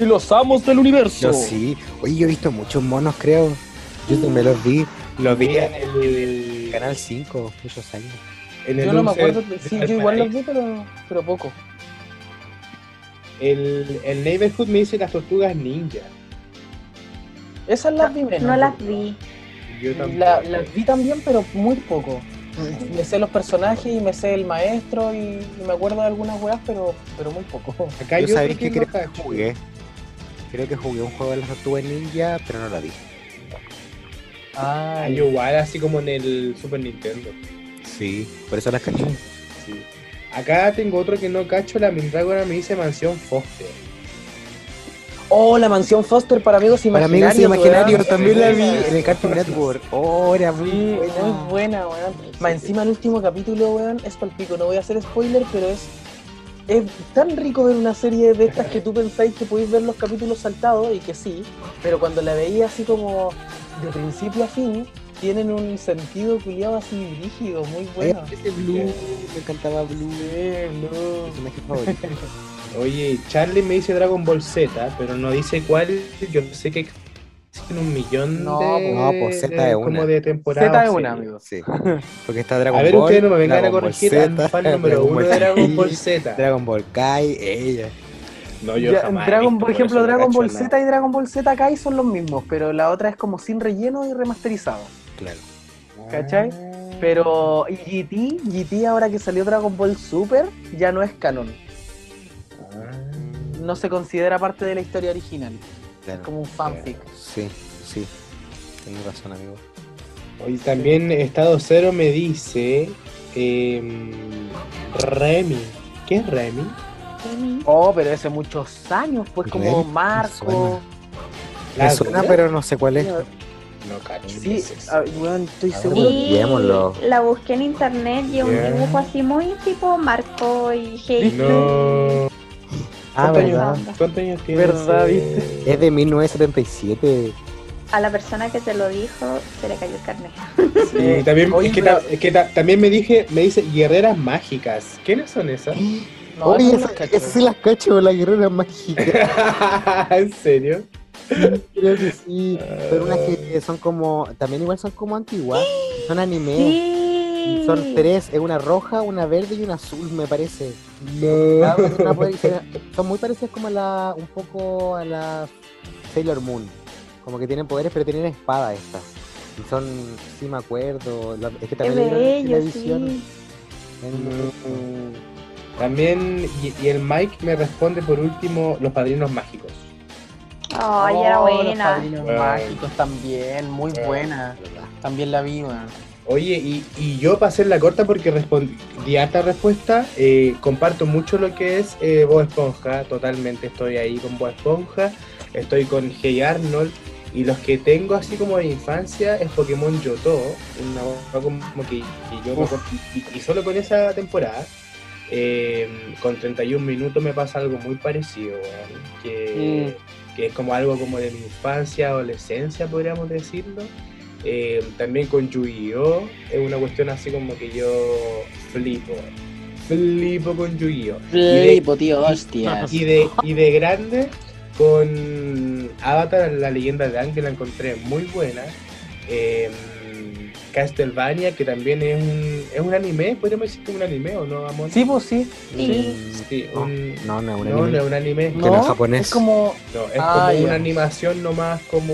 Y los amos del universo. Yo sí. Oye, yo he visto muchos monos, creo. Yo también los vi. Los vi Mira, en en el, el canal 5, muchos años. en el Yo no me once acuerdo. de Sí, yo igual los Valparaíso. vi, pero, pero poco. El, el Neighborhood me dice las tortugas ninja. Esas las vi menos. No las vi. Yo tampoco. La- las vi también, pero muy poco. Me sé los personajes y me sé el maestro y, y me acuerdo de algunas weas, pero, pero muy poco. Acá yo yo, sabéis que creo creo que, que no jugué. Creo que jugué un juego de las tortugas ninja, pero no lo vi. Ah, Ah, yo igual, así como en el Super Nintendo. Sí, por eso las caché. Sí. Acá tengo otro que no cacho. La Mindrágora me dice Mansión Foster. Oh, la mansión Foster para amigos Para imaginarios. amigos imaginarios weón. también la vi Sí, en el Cartoon Network. Oh, era muy Sí, Oh, buena. muy buena, weón. Más encima el último capítulo, weón, es palpico. No voy a hacer spoiler, pero es. Es tan rico ver una serie de estas que tú pensáis que podéis ver los capítulos saltados y que sí, pero cuando la veía así como de principio a fin, tienen un sentido culiado así rígido, muy Ay, bueno. ese Blue, Eh, me encantaba Blue. Mi personaje favorito. Oye, Charlie me dice Dragon Ball Z, pero no dice cuál. Yo sé que existen un millón No, de. no, pues Z es como una. de temporadas. Z es sí. una, amigo. Sí. Porque está Dragon A ver, Ball. ustedes no me vengan a Dragon Ball corregir Z, al fan número Dragon uno de Ball Dragon Kai, Ball Z. Dragon Ball Kai, ella. No, Ya, Dragon, he visto, por ejemplo, eso no Dragon cacho Ball nada. Z y Dragon Ball Z Kai son los mismos, pero la otra es como sin relleno y remasterizado. Claro. ¿Cachai? Pero y GT, GT ahora que salió Dragon Ball Super, ya no es canon. Ah. No se considera parte de la historia original, claro. como un fanfic. Sí, sí. Tienes razón, amigo. Hoy también Estado Cero me dice em, Remy. ¿Qué es Remy? Oh, pero hace muchos años, pues como Bien, Marco. Me suena, dura? pero no sé cuál es. No cacho. Sí, ¿qué es ah, eso? weón, estoy Ah, seguro. bueno. Sí, Olvidémoslo. la busqué en internet y es un Ya. dibujo así muy tipo Marco y Heidi. No. Ah, ¿Cuántos verdad. años? ¿Cuántos años tiene? ¿Verdad, ese- Eh, Es de 1977. A la persona que te lo dijo se le cayó el carnet. Sí, también, Oye, es que, pero- ta- es que ta- también me dije, me dice guerreras mágicas. ¿Quiénes son esas? No, Oye, eso no esas es cacho. esas sí las cacho, la guerrera mágica. ¿En serio? Creo que sí. Pero unas que son como. También igual son como antiguas. Son anime. Sí. Son tres, es una roja, una verde y una azul, me parece. No. Cada una tiene una poder- ah, pues, Son muy parecidas como a la, un poco a la Sailor Moon. Como que tienen poderes, pero tienen espada estas. Y son, sí me acuerdo, la- es que Es también la dieron en bello, televisión. sí. En- No. También, y, y el Mike me responde por último, los padrinos mágicos. Ay, era Oh, los buena. Padrinos Weón. mágicos también, muy Weón. buena. También la vi, weón. Oye, y, y yo para hacer la corta porque respondí a esta respuesta, eh, comparto mucho lo que es eh, Bob Esponja, totalmente estoy ahí con Bob Esponja, estoy con Hey Arnold, y los que tengo así como de infancia es Pokémon Yoto, una hueá como que, que yo me Uf. acuerdo- y, y solo con esa temporada, eh, con 31 minutos me pasa algo muy parecido, weón, que, que es como algo como de mi infancia, adolescencia, podríamos decirlo Eh, también con Yu-Gi-Oh! Es una cuestión así como que yo flipo. Flipo con Yu-Gi-Oh! Y de- Flipo, tío, hostias. y de, y de grande, con Avatar, la leyenda de Aang, que la encontré muy buena. Eh, Castlevania, que también es un, es un anime, podríamos decir que es un anime o no, amor. Sí, pues sí. Sí. Sí, No, un- no, no, un no, anime. Eh, no es un anime. Que no es japonés. Es como, No, es Ah, como ya. una animación nomás como.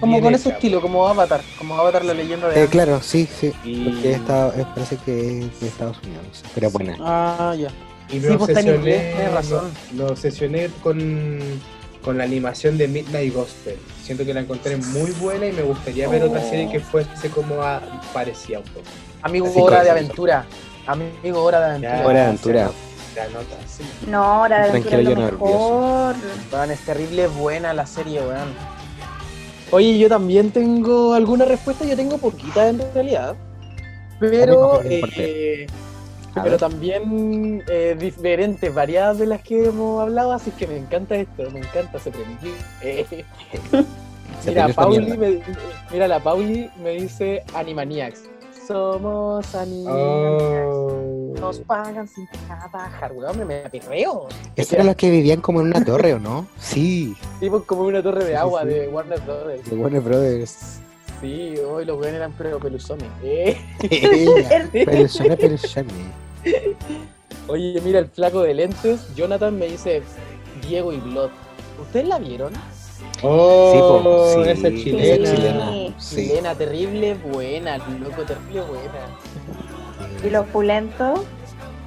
como bien con hecha. ese estilo, como Avatar. Como Avatar la leyenda de. Eh, Aang. claro, sí, sí. Y, Porque esta, eh, parece que es de Estados Unidos. Pero buena. Ah, ya. y me Sí, pues, está en obsesioné- inglés, tienes razón. Me, me obsesioné con, con la animación de Midnight Gospel. Siento que la encontré muy buena y me gustaría ver otra Oh. serie que fuese como a, parecía un poco. Amigo Así Hora que- de Aventura. Amigo Hora de Aventura. Ya. Hora de aventura. La nota, sí. No, Hora de Aventura Tranquilo, es lo yo no mejor. Weón, es terrible buena la serie, weón. Oye, yo también tengo alguna respuesta, yo tengo poquita en realidad. A Pero, mí no me importa. eh, A pero ver. también eh, diferentes, variadas de las que hemos hablado, así que me encanta esto, me encanta, se prendió. Eh, Se mira, prendió esta Pauli mierda. me, mira, la Pauli me dice Animaniacs. Oh. Somos Animaniacs. Oh. Nos pagan sin trabajar, weón, me, me perreo. Esos eran los que vivían como en una torre, ¿o no? Sí. Tipo como una torre Sí, de sí, agua sí. de Warner Brothers. The Warner Brothers. Sí, hoy los weones eran pero peluzones. Eh. Persona, persona. Oye, mira el flaco de lentes, Jonathan me dice Diego y Blot. ¿Ustedes la vieron? Sí, Oh, po, sí, esa es chilena. chilena, sí. Chilena, terrible buena, loco, terrible buena. Y los pulentos.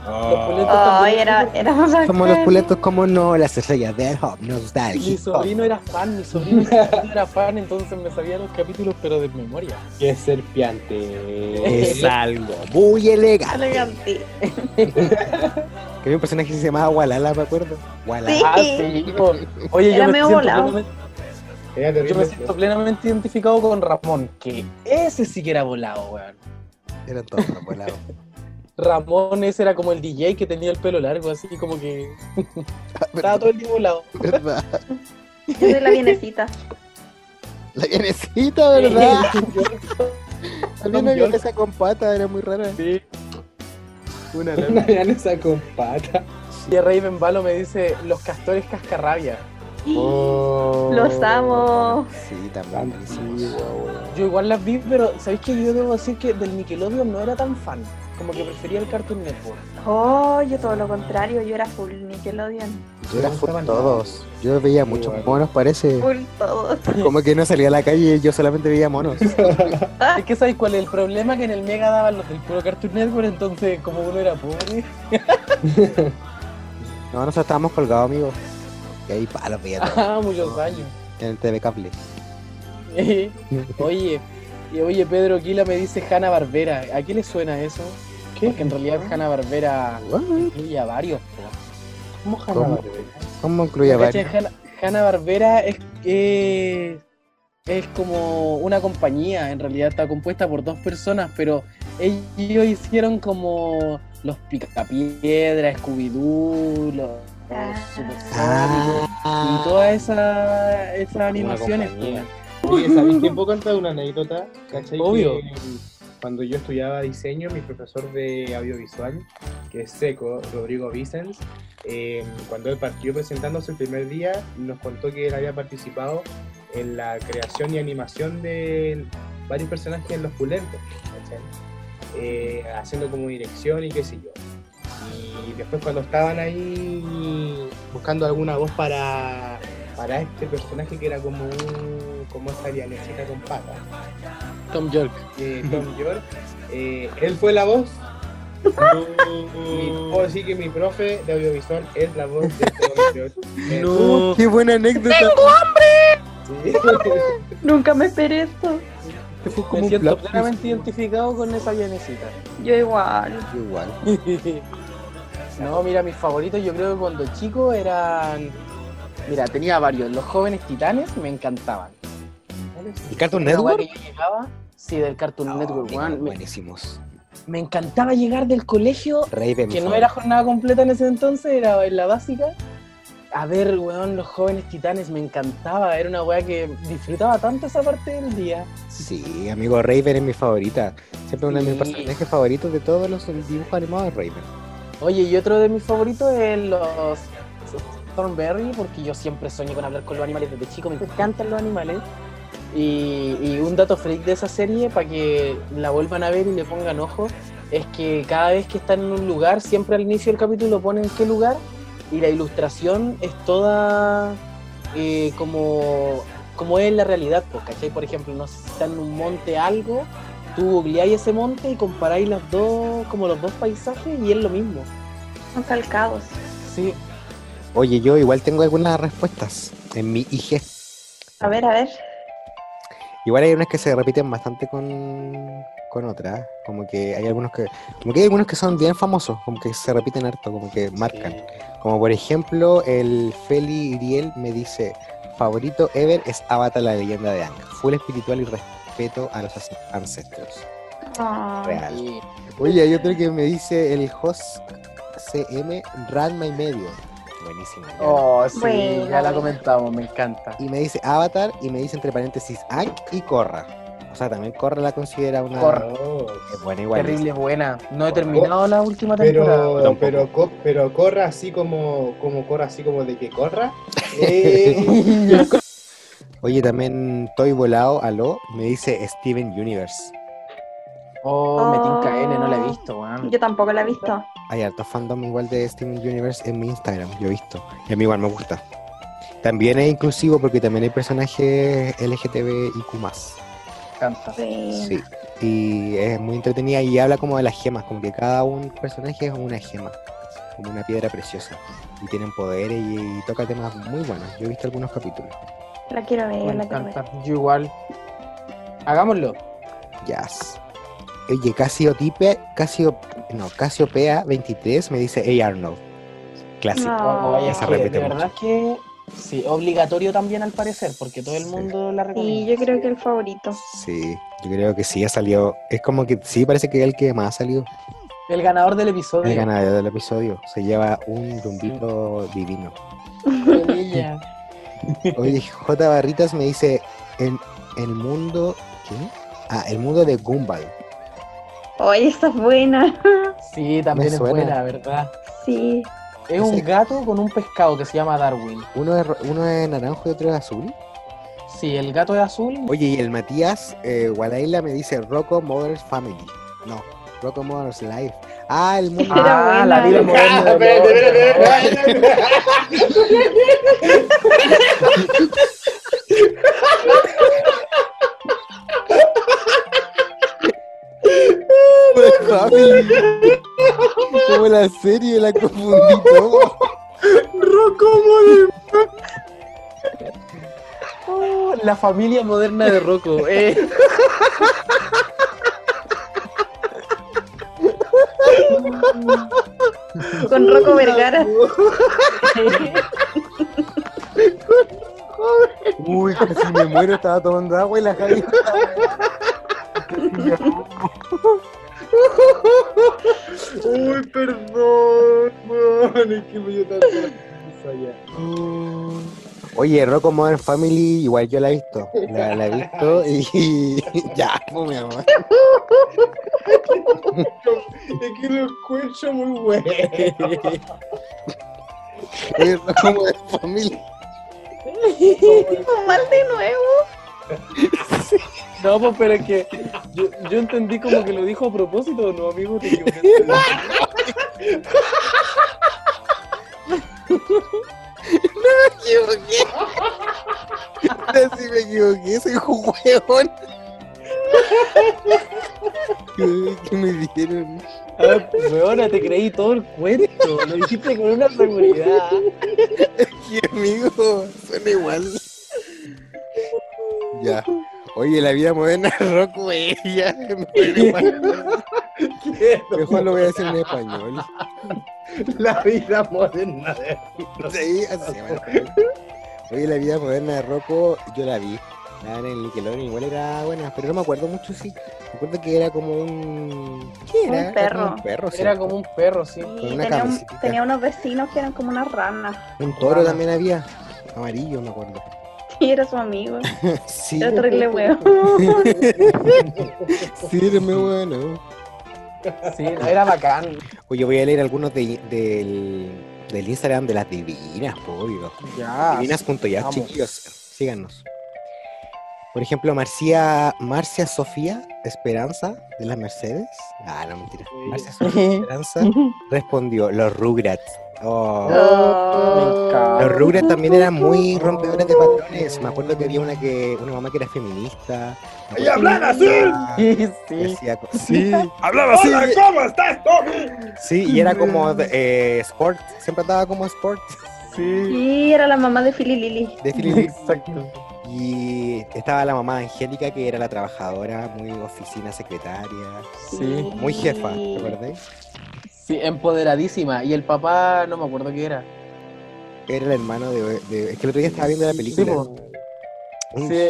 Oh. Los pulentos Ay, también. era, era más Como los bacán. puletos, como no, las estrellas del hop nos da el Mi hip hop. sobrino era fan, mi sobrino era fan, entonces me sabía los capítulos pero de memoria. Que es serpiante. Es algo muy elegante. Elegante. Que había un personaje que se llamaba Walala, me acuerdo. Walala. Sí. Ah, sí. po. Oye, Era yo me, medio siento volado. plenamente, Era yo me terrible. siento plenamente identificado con Ramón, que ese sí que era volado, weón. Eran todos los volados. Ramón ese era como el DJ que tenía el pelo largo, así como que estaba todo el día volado. ¿Verdad? Yo soy la bienecita. La vienecita, ¿verdad? Había una Tom York. vienesa con pata, era muy rara. Sí. Una Una granesa con pata. Y Raven Balo me dice los castores cascarrabia. Oh. Los amo. Sí, también. buenísimos. Antiguo, weón. Yo igual las vi, pero ¿sabéis que yo debo decir que del Nickelodeon no era tan fan? Como que prefería el Cartoon Network. Oh, yo todo lo contrario, yo era full Nickelodeon. Yo era No me full gustaban todos. nada. Yo veía muchos Igual. monos, parece. Full todo. Como que no salía a la calle, yo solamente veía monos. Ah. Es que ¿sabéis cuál es el problema? Que en el Mega daban los del puro Cartoon Network, entonces como uno era pobre. No, nosotros estábamos colgados, amigos. Y ahí palos veía todo, Ah, muchos años. en el TV Cable. oye, y oye, Pedro Quila me dice Hanna Barbera. ¿A qué le suena eso? ¿Qué? ¿Ah? Porque en realidad Hanna Barbera What? incluye a varios. po. ¿Cómo ¿Cómo? jamás? ¿Cómo incluía varios? Hanna Barbera es, eh, es como una compañía, en realidad está compuesta por dos personas, pero ellos hicieron como los Picapiedra, Scooby-Doo, los, los Supersónicos, y Ah, todas esas esas animaciones. compañía. pues. Oye, ¿sabéis que puedo contar una anécdota? ¿Cachai? Obvio. Que, mm, cuando yo estudiaba diseño, mi profesor de audiovisual, que es seco, Rodrigo Vicens, eh, cuando él partió presentándose el primer día, nos contó que él había participado en la creación y animación de varios personajes en Los Pulentos, ¿cachai? Eh, haciendo como dirección y qué sé yo. Y después cuando estaban ahí buscando alguna voz para, para este personaje que era como un, como esta dialecita con patas, Tom York. eh, Tom York, eh, él fue la voz. Mi- puedo decir que mi profe de audiovisual es la voz de Tom York. Eh, uh, ¡Qué buena anécdota! sí. Nunca me esperé esto. Este fue como Me un siento plot plenamente identificado con esa bienecita. Yo igual. twist. Igual. No, mira, mis favoritos yo creo que cuando chico eran... Mira, tenía varios. Los jóvenes titanes me encantaban. ¿El Cartoon Una weá Network? que yo llegaba, sí, del Cartoon No, Network, amigos, weón. Me, buenísimos. me encantaba llegar del colegio, Raven. que no fue- era jornada completa en ese entonces, era en la básica, a ver, weón, los jóvenes titanes, me encantaba. Era una weá que disfrutaba tanto esa parte del día. Sí, amigo, Raven es mi favorita. Siempre uno de mis Sí. personajes favoritos de todos los dibujos animados es Raven. Oye, y otro de mis favoritos es los Thornberry, porque yo siempre sueño con hablar con los animales desde chico, me encantan los animales. Y, y un dato freak de esa serie, para que la vuelvan a ver y le pongan ojo, es que cada vez que están en un lugar, siempre al inicio del capítulo ponen qué lugar, y la ilustración es toda eh, como, como es en la realidad, pues, ¿cachai? Por ejemplo, no sé si están en un monte algo, tú googleáis ese monte y comparáis los dos, como los dos paisajes, y es lo mismo. Son calcados. Sí, Oye, yo igual tengo algunas respuestas en mi IG. A ver, a ver. Igual hay unas que se repiten bastante con, con otras. Como que hay algunos que. Como que hay algunos que son bien famosos, como que se repiten harto, como que marcan. Como por ejemplo, el Feli Iriel me dice: favorito ever es Avatar la leyenda de Ang. Full espiritual y respeto a los ace- ancestros. Ah, Real. Sí. Oye, hay otro que me dice el host CM Ranma y medio. Buenísimo. ya. Oh, sí, Bueno. ya la comentamos, me encanta. Y me dice Avatar y me dice entre paréntesis Ang y Korra. O sea, también Korra la considera una. Korra. No, Es buena igual. Terrible buena. No he Bueno. terminado la última temporada. Pero, Tampoco. pero, co- pero corra así como, como corra así como de que corra. Eh, Oye, también Toy Volado, aló, me dice Steven Universe. Oh, me tinca N, no la he visto, weón. Yo tampoco la he visto. Hay hartos fandom igual de Steven Universe en mi Instagram, yo he visto. Y a mí igual me gusta. También es inclusivo porque también hay personajes LGTBIQ. Me encanta. Buena. Sí. Y es muy entretenida y habla como de las gemas, como que cada un personaje es una gema, como una piedra preciosa. Y tienen poderes y, y toca temas muy buenos. Yo he visto algunos capítulos. La quiero ver, Me la quiero ver. encanta. Yo igual. Hagámoslo. Jazz. Oye, Casio Tipe, Casio, no, Casiopea 23 me dice Hey Arnold. Clásico. No. Oye, Ya es oh, se que repite de mucho. verdad que sí, obligatorio también al parecer, porque todo el Sí. mundo la recomienda. Y yo creo que el favorito. Sí, yo creo que sí ha salido. Es como que sí, parece que es el que más ha salido. El ganador del episodio. El ganador del episodio se lleva un rumbito divino. Maravilla. Oye, J. Barritas me dice: En el mundo. ¿Qué? Ah, el mundo de Gumball. Oye, esta es buena. Sí, también Me es suena. buena, ¿verdad? Sí. Es Sí. un gato con un pescado que se llama Darwin. Uno es, ro- uno es naranjo y otro es azul. Sí, el gato es azul. Oye, y el Matías eh, Gualaila me dice Rocco Mother's Family. No, Rocco Mother's Life. Ah, el mundo. Era ah, buena. la vida moderna. Ah, del espérate, hombre. espérate, espérate, espérate. Mother's Family. Como la serie, la confundí todo. Oh, la familia moderna de Rocco. eh. Con Rocco Vergara. Uy, casi me muero, estaba tomando agua y la Javi. Uy, perdón, weón, es que me dio tanta risa ya. Mm. Oye, Rocco Modern Family, igual yo la he visto. La, la he visto y. ya, pues, mi amor. Es que lo encuentro muy bueno. Oye, Rocco Modern Family. Mal de nuevo. No, pues, pero es que yo, yo entendí como que lo dijo a propósito, ¿no, amigo? Te equivocaste. Ahora sí me equivoqué, soy un hueón. ¿Qué- ¿Qué me dieron? Ah, weona, te creí todo el cuento. Lo dijiste con una seguridad. ¿Qué amigo? Suena igual. Ya. Oye, la vida moderna Rocco, ella. Me suena igual. Mejor lo voy a decir en español. La vida moderna de Sí, así se llama. Oye, la vida moderna de Rocco, yo la vi. Daban en Nickelodeon, igual era buena, pero no me acuerdo mucho, sí. Me acuerdo que era como un. ¿Qué Un era? Era perro. como un perro, sí. Era como un perro, sí. Y Con una tenía, un- cabecita. tenía unos vecinos que eran como unas ranas. Un toro rana. también había. Amarillo, me acuerdo. Y era su amigo. Sí, Era terrible huevo. sí, era muy bueno. Sí, era bacán. Oye, voy a leer algunos de- del, del Instagram de las divinas, po, obvio. Ya. Divinas.ya, Ah, vamos. chiquillos. Síganos. Por ejemplo, Marcia, Marcia Sofía Esperanza de las Mercedes. Ah, no, mentira. Marcia Sofía Esperanza respondió: Los Rugrats. Oh. Oh. encanta. Los Rugrats también eran muy rompedores de patrones. Me acuerdo que había una que una mamá que era feminista. ¡Ella hablaba así! Sí, Y sí. hacía co- Sí, hablaba así. Hola, ¿cómo estás, Tommy? Sí, y era como eh, sport, siempre andaba como sport sí. Y era la mamá de Philly Lily. de Philip. Exacto. Y estaba la mamá Angélica, que era la trabajadora, muy oficina secretaria, Sí. muy jefa, ¿te acordáis? Sí, empoderadísima. Y el papá, no me acuerdo qué era. Era el hermano de, de- Es que el otro día Ah, estaba viendo la película. Sí, po. Sí,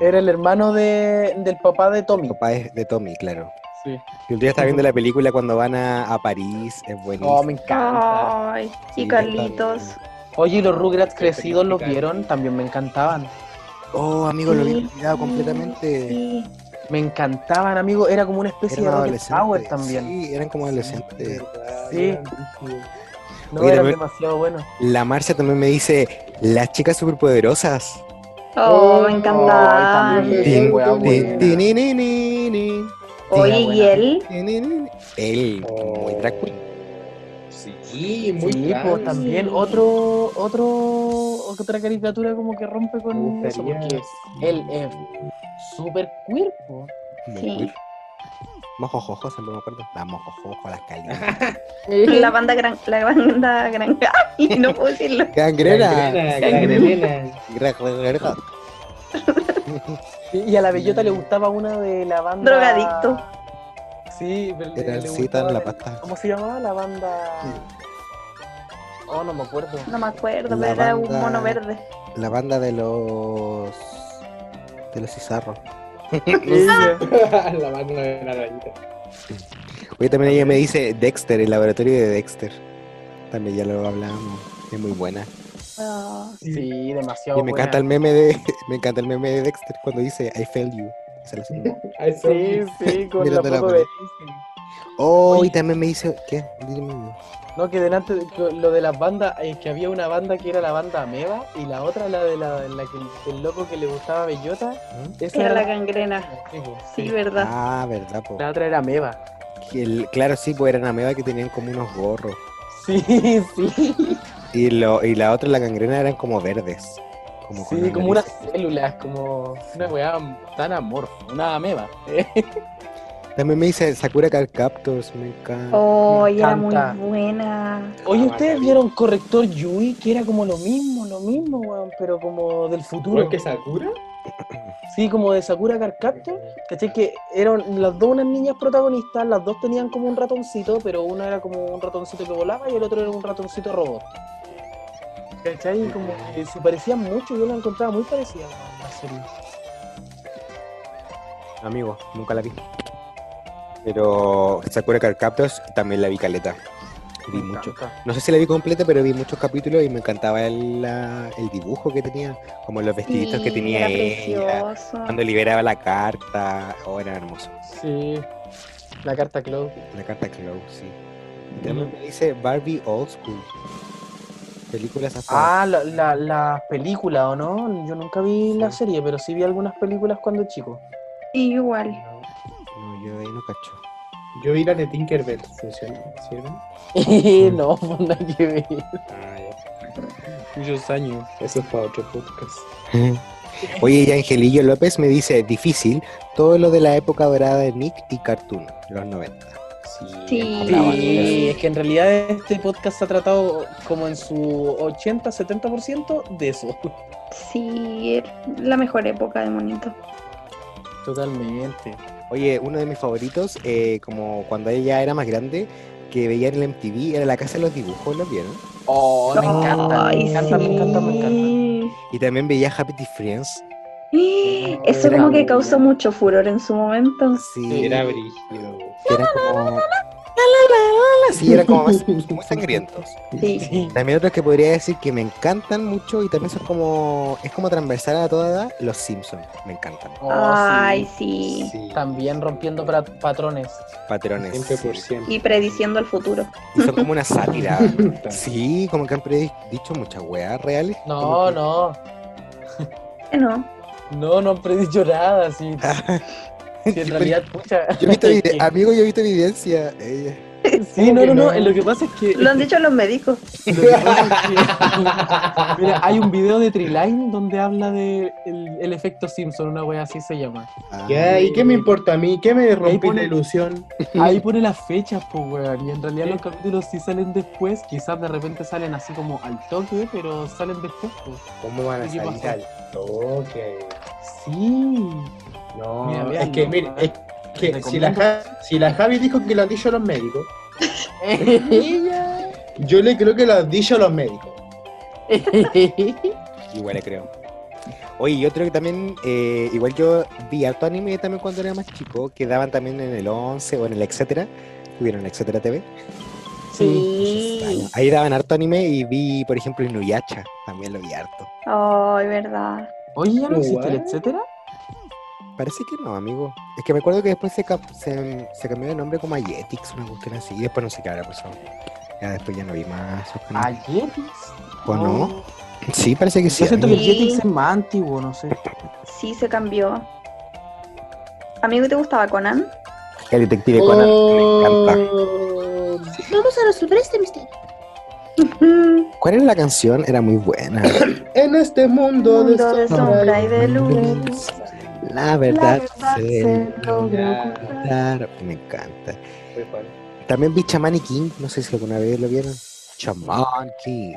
Era el hermano de, del papá de Tommy. Papá es de Tommy, claro. Sí. El otro día estaba viendo la película cuando van a, a París, es buenísimo. Oh, me encanta. Ay, Sí, y Carlitos. Oye, ¿y los Rugrats crecidos los vieron, también me encantaban. Oh, amigo, lo Sí, había olvidado sí, completamente. sí. Me encantaban, amigo. Era como una especie Eran de Rocket Power adolescentes. también. Sí, eran como adolescentes. Sí. No, Oye, eran también- demasiado buenos. La Marcia también me dice, las chicas superpoderosas. Oh, Oh, me encantaba. también. Sí, Tin, wea tin, buena. tin, nin, nin, nin, nin, Oye, buena. y él. tin, nin, nin. Él, Oh. muy drag queen. Sí, muy Sí, drag. pues también otro, otro, otra caricatura como que rompe Me con eso, gustaría- porque él es súper queer, po. Muy Sí. queer. Mojojojo, siempre me acuerdo. La mojojojo, las calinas. La banda gran. La banda gran. Ay, no puedo decirlo. Gangrena. Gangrena. Gra- gra- gra- Y- Y a la bellota le gustaba una de la banda... Drogadicto. Sí, pero le- le Transita en gustaba la de- pasta. ¿Cómo se llamaba la banda? Oh, no me acuerdo. No me acuerdo, La pero era un banda- mono verde. La banda de los... De los cizarros. Ah. La banda de la rayita. Oye, también ella me dice Dexter, el laboratorio de Dexter. También ya lo hablamos. Es muy buena. Ah, Sí, demasiado Y me encanta el buena. meme de me encanta el meme de Dexter cuando dice I failed you. Esa la segunda. Ay, Sí, son- sí, con la Mirando la foto peli. de... Oh, Oye. y también me dice ¿qué? Dime. amigo. No, que delante de- que lo de las bandas, es que había una banda que era la banda Ameba y la otra la de la, la que el loco que le gustaba Bellota. ¿Mm? Esa Era la la- gangrena. Sí, pues, Sí, sí. verdad. Ah, verdad, po. La otra era Ameba. Que el- claro, sí, pues eran amebas que tenían como unos gorros. Sí, sí. Y lo, y la otra, la gangrena, eran como verdes. Como con sí, como unas narices. células, como una weá tan amorfa, una ameba. También me dice Sakura Card Captors, Ah, me encanta. Oh, Me y era muy encanta. buena. Oye, Ah, ¿ustedes maravilla. vieron Corrector Yui? Que era como lo mismo, lo mismo, weón, pero como del ¿Igual futuro. que Sakura? Sí, como de Sakura Carcaptor. ¿Cachai? Que eran las dos unas niñas protagonistas, las dos tenían como un ratoncito, pero uno era como un ratoncito que volaba y el otro era un ratoncito robot. ¿Cachai? Como que se parecían mucho, yo la encontraba muy parecida weón, la serie. Amigo, nunca la vi. Pero Sakura Card Captors también la vi caleta. Vi Me mucho. encanta. No sé si la vi completa, pero vi muchos capítulos y me encantaba el, la- el dibujo que tenía, como los vestiditos que Sí, tenía era ella, precioso. cuando liberaba la carta, oh, era hermoso. Sí. La carta Cloud. La carta Close, sí. Y también me dice Barbie Old School. Películas afro. Ah, las la, la películas, ¿o no? Yo nunca vi la Sí. serie, pero sí vi algunas películas cuando chico. Y igual. No, yo de ahí no cacho. Eh, Yo vi la de Tinkerbell. ¿Funciona? ¿Sirven? no, pues nada que ver. Ah, ya. Muchos años. Eso es para otro podcast. Oye, y Angelillo López me dice difícil todo lo de la época dorada de Nick y Cartoon, los 90. Sí. Bravo, Sí, es que en realidad este podcast se ha tratado como en su 80-70% de eso. Sí, era la mejor época de Monito. Totalmente. Oye, uno de mis favoritos, eh, como cuando ella era más grande, que veía en el MTV, era la casa de los dibujos, ¿lo vieron? Oh, me encanta. Ay, me encanta, me encanta, me encanta. sí. Y también veía Happy Friends. Eso Era como muy que causó bueno. mucho furor en su momento. Sí, Era era, brígido. era como. Sí, era como más, muy sangrientos. Sí. También otros que podría decir que me encantan mucho y también son como. Es como transversal a toda edad, los Simpsons. Me encantan. Oh, sí. Ay, sí. Sí. También rompiendo pra- patrones. Patrones. Siempre sí. por siempre. Y prediciendo el futuro. Y son como una sátira. Sí. Sí, como que han predi- dicho muchas weas reales. No, Como que- no. Eh, No. No, no han predicho nada, sí. Sí, en realidad, pucha. Yo he visto es vide- que- Amigo, yo he visto evidencia. eh, ah, Sí, no, no, no. Lo que pasa es que. Lo han dicho los médicos. Lo que pasa es que- Mira, hay un video de Triline donde habla de el, el efecto Simpson, una wea así se llama. ah, Ya, ¿Y qué me importa a mí? ¿Qué me rompí pone- la ilusión? Ahí pone las fechas, pues weón. Y en realidad los capítulos sí salen después, quizás de repente salen así como al toque, pero salen después, pues. ah, ¿Cómo van a ¿Qué salir pasó? al toque? Sí. No, Mira, es veanlo, que, mire, weón. es que Les si la, Ja- si la Javi dijo que lo han dicho los médicos, yo le creo que lo han dicho los médicos. Igual le creo. Oye, y otro que también, eh, igual yo vi harto anime también cuando era más chico, que daban también en el 11 o en el etcétera. Tuvieron el etcétera TV. Sí. Ahí daban harto anime y vi, por ejemplo, Inuyasha. También lo vi harto. Ay, verdad. Oye, ya no existe el What? etcétera. Parece que no, amigo. Es que me acuerdo que después se, cap- se, se cambió de nombre como a Jetix, una cuestión así, y después no sé qué habrá pasado. Ya después ya no vi más. esos canales. Jetix. ¿O no? Sí, parece que sí. Yo siento que amigo. el Jetix es más antiguo, no sé. Sí, se cambió. Amigo, ¿te gustaba Conan? El detective Conan me Oh. encanta. Vamos a resolver este misterio. ¿Cuál era la canción? Era muy buena. En este mundo, Mundo de sombra y de luz. luz. La verdad, La verdad se se logra Ya. ocultar. Claro, me encanta. Fue cual. También vi Chamani King, no sé si alguna vez lo vieron. Chaman King.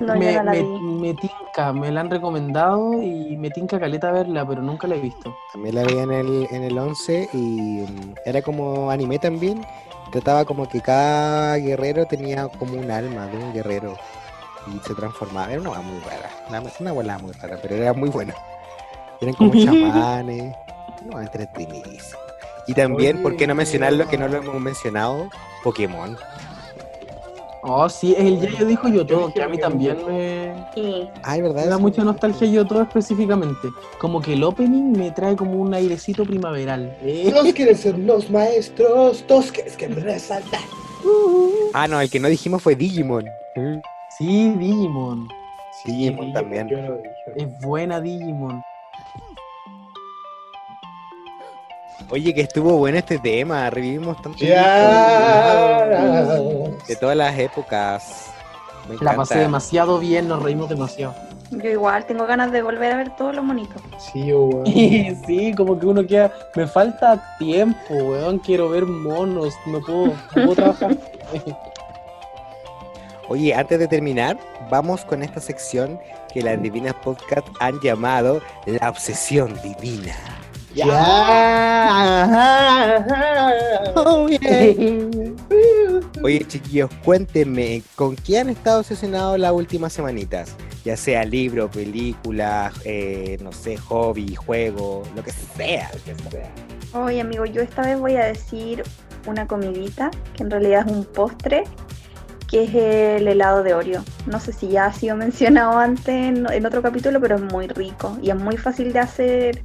No, yo me, no la me- vi. me tinca, me la han recomendado y me tinca caleta verla, pero nunca la he visto. También la veía en el, en el 11 y mm, era como anime también. Trataba como que cada guerrero tenía como un alma de un guerrero y se transformaba. Era una hueá muy rara, una- una hueá muy rara, pero era muy buena. Eran como chamanes, no, entretenidísimo. Y también, ¿por qué no mencionarlo que no lo hemos mencionado? Pokémon. Oh, sí, el ya yo dijo yo Yo todo, dije que a mí que- también me, Y Ay, ¿verdad? me da Eso- mucha nostalgia yo todo específicamente. Como que el opening me trae como un airecito primaveral. Eh, Todos quieren ser los maestros, todos quieren que resaltar. Ah, no, el que no dijimos fue Digimon. Sí, Digimon. Digimon pues, también. Yo lo dije. Es buena Digimon. Oye, que estuvo bueno este tema. Revivimos tanto. Ya. De todas las épocas. Me encanta. La pasé demasiado bien, nos reímos demasiado. yo igual tengo ganas de volver a ver todos los monitos. Sí, oh, weón. Y sí, como que uno queda, me falta tiempo, weón, quiero ver monos, no puedo, no puedo trabajar. Oye, antes de terminar, vamos con esta sección que las divinas podcast han llamado La Obsesión Divina. Ya. Ajá, ajá. Oh, Oye, chiquillos, cuéntenme, ¿con qué han estado obsesionados las últimas semanitas? Ya sea libro, película, eh, no sé, hobby, juego, lo que sea. lo que sea. Oye, amigo, yo esta vez voy a decir una comidita, que en realidad es un postre, que es el helado de Oreo. No sé si ya ha sido mencionado antes en, en otro capítulo, pero es muy rico y es muy fácil de hacer.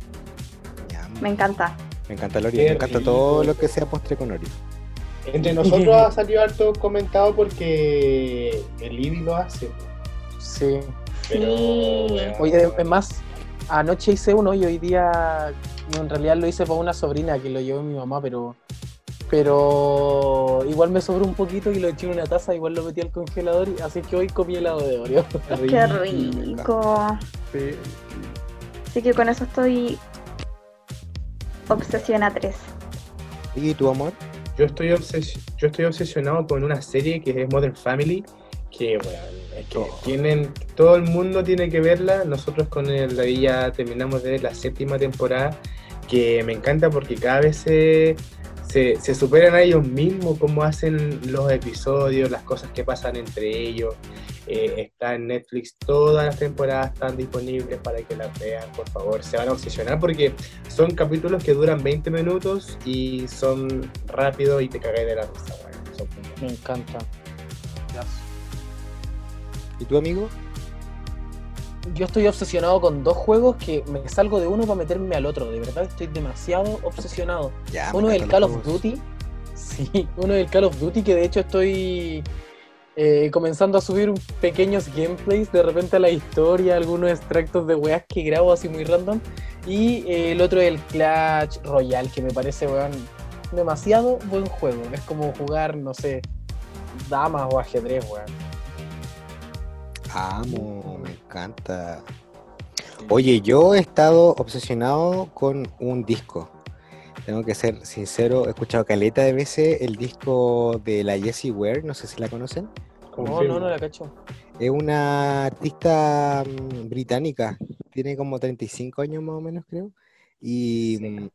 Ya, Me encanta. Me encanta el Oreo, Qué me encanta rico. todo lo que sea postre con Oreo. Entre nosotros ha salido harto comentado porque el Ibi lo hace. Sí. Pero, Sí. weón, Oye, además, anoche hice uno y hoy día, no, en realidad lo hice para una sobrina que lo llevó mi mamá, pero pero igual me sobró un poquito y lo eché en una taza, igual lo metí al congelador, y- así que hoy comí helado de Oreo. Qué rico. Así que con eso estoy obsesiona 3. ¿Y tu amor? Yo estoy, obses- yo estoy obsesionado con una serie que es Modern Family, que bueno, es que Oh. tienen, todo el mundo tiene que verla. Nosotros con el David ya terminamos de ver la séptima temporada, que me encanta porque cada vez se, se, se superan a ellos mismos, cómo hacen los episodios, las cosas que pasan entre ellos. Eh, está en Netflix, todas las temporadas están disponibles para que las vean, por favor. Se van a obsesionar porque son capítulos que duran 20 minutos y son rápidos y te cagáis de la risa. weón. Son muy buenos. Me encanta. ¿Y tu amigo? Yo estoy obsesionado con dos juegos que me salgo de uno para meterme al otro. De verdad estoy demasiado obsesionado. Ya, Ah, me Uno es el encantan Call los of juegos. Duty. Sí, uno es el Call of Duty que de hecho estoy eh, comenzando a subir un- pequeños gameplays de repente a la historia, algunos extractos de weas que grabo así muy random. Y eh, el otro es el Clash Royale que me parece, weón, demasiado buen juego. Es como jugar, no sé, damas o ajedrez, weón. Amo, me encanta. Oye, yo he estado obsesionado con un disco. Tengo que ser sincero, he escuchado caleta de veces el disco de la Jessie Ware, no sé si la conocen. No, no, no la cacho. Es una artista mm, británica, tiene como 35 años más o menos, creo. Y mm,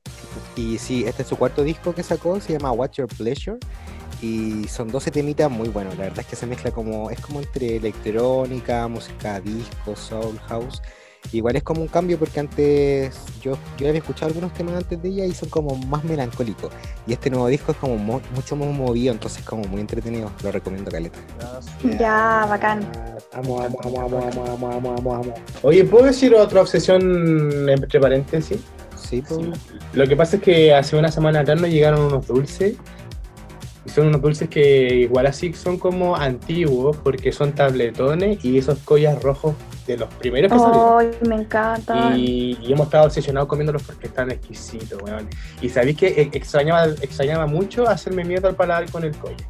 y sí, este es su cuarto disco que sacó, se llama What's Your Pleasure. Y son 12 temitas muy buenos, la verdad es que se mezcla como, es como entre electrónica, música disco, soul, house. Igual es como un cambio porque antes yo, yo había escuchado algunos temas antes de ella y son como más melancólicos. Y este nuevo disco es como mo- mucho más movido, entonces como muy entretenido, lo recomiendo, Caleta. Ya, bacán. Amo, amo, amo, amo, amo, amo, amo, amo, amo. Oye, ¿puedo decir otra obsesión entre paréntesis? Sí, pues. Lo que pasa es que hace una semana atrás nos llegaron unos dulces. Y son unos dulces que igual así son como antiguos porque son tabletones y esos collas rojos de los primeros Oh, que salieron. Ay, me encanta. Y, y hemos estado obsesionados comiéndolos porque están exquisitos, weón. Y sabéis que eh, extrañaba, extrañaba mucho hacerme mierda al paladar con el colla.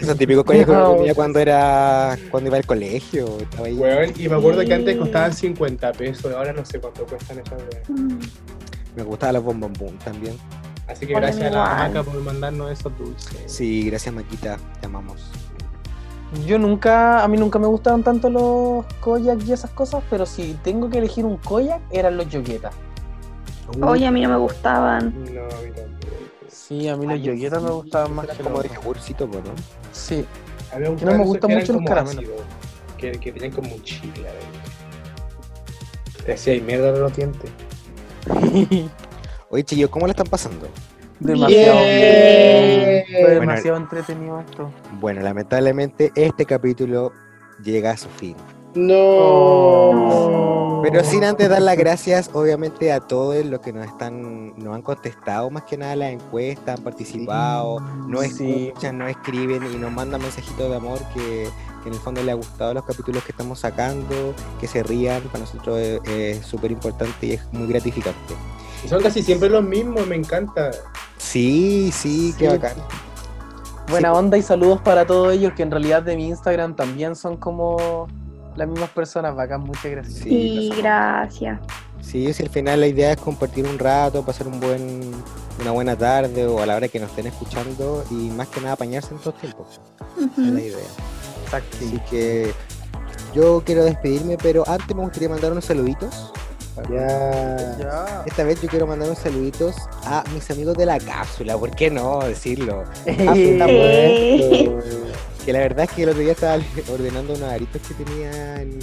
Esos típicos coños que Dejado. uno comía cuando era cuando iba al colegio, estaba ahí. Weón, y me acuerdo que antes Sí. costaban 50 pesos, ahora no sé cuánto cuestan esas weón. Mm. Me gustaban los bombombum también. Así que Hola, gracias a la igual. maca por mandarnos esos dulces. Sí, gracias Maquita, te amamos. Yo nunca, a mí nunca me gustaban tanto los koyak y esas cosas, pero si tengo que elegir un koyak, eran los yoguetas. Oye, a mí no me gustaban. No, a mí tampoco. Sí, a mí Ay, los yoguetas me sí, gustaban más Era que como los de yogurcito, po, ¿no? otros. Sí, A mí me Que no me gustan mucho esos los eran como caramelos. ácidos, Que, que tenían como un chicle adentro. Te hacía ahí mierda de los dientes. Oye, chillos, ¿cómo la están pasando? demasiado Bien. bien. Fue Bueno, demasiado entretenido esto. Bueno, lamentablemente este capítulo llega a su fin. No. Pero sin antes dar las gracias, obviamente, a todos los que nos están, nos han contestado más que nada las encuestas, han participado, nos Sí. escuchan, nos escriben y nos mandan mensajitos de amor que, que en el fondo les ha gustado los capítulos que estamos sacando, que se rían, para nosotros es- es súper importante y es muy gratificante. Y son casi siempre los mismos, me encanta. Sí, sí, qué Sí. bacán. Buena Sí. onda y saludos para todos ellos que en realidad de mi Instagram también son como las mismas personas. Bacán, muchas gracias. Sí, los amamos. gracias. Sí, si al final la idea es compartir un rato, pasar un buen, una buena tarde o a la hora que nos estén escuchando y más que nada apañarse en estos tiempos. Ujú. Es la idea. Exacto. Así que yo quiero despedirme, pero antes me gustaría mandar unos saluditos. Ya. Ya. Esta vez yo quiero mandar unos saluditos a mis amigos de la cápsula, ¿por qué no decirlo? Ah, Sí. Que la verdad es que el otro día estaba ordenando unos aritos que tenía en,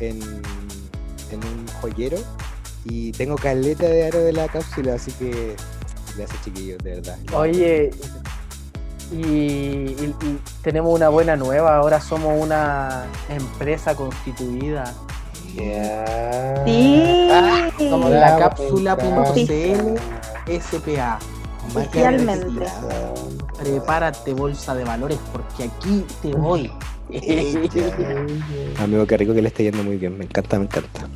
en- en un joyero y tengo caleta de aro de la cápsula, así que gracias chiquillos, de verdad. Oye, y, y- y tenemos una buena nueva, ahora somos una empresa constituida. Ya. Sí. Ah, Como Bravo, la cápsula.cl Penca. SPA. Marca Oficialmente. registrada. Prepárate bolsa de valores porque aquí te voy. Ella. Amigo, qué rico que le esté yendo muy bien, me encanta, me encanta.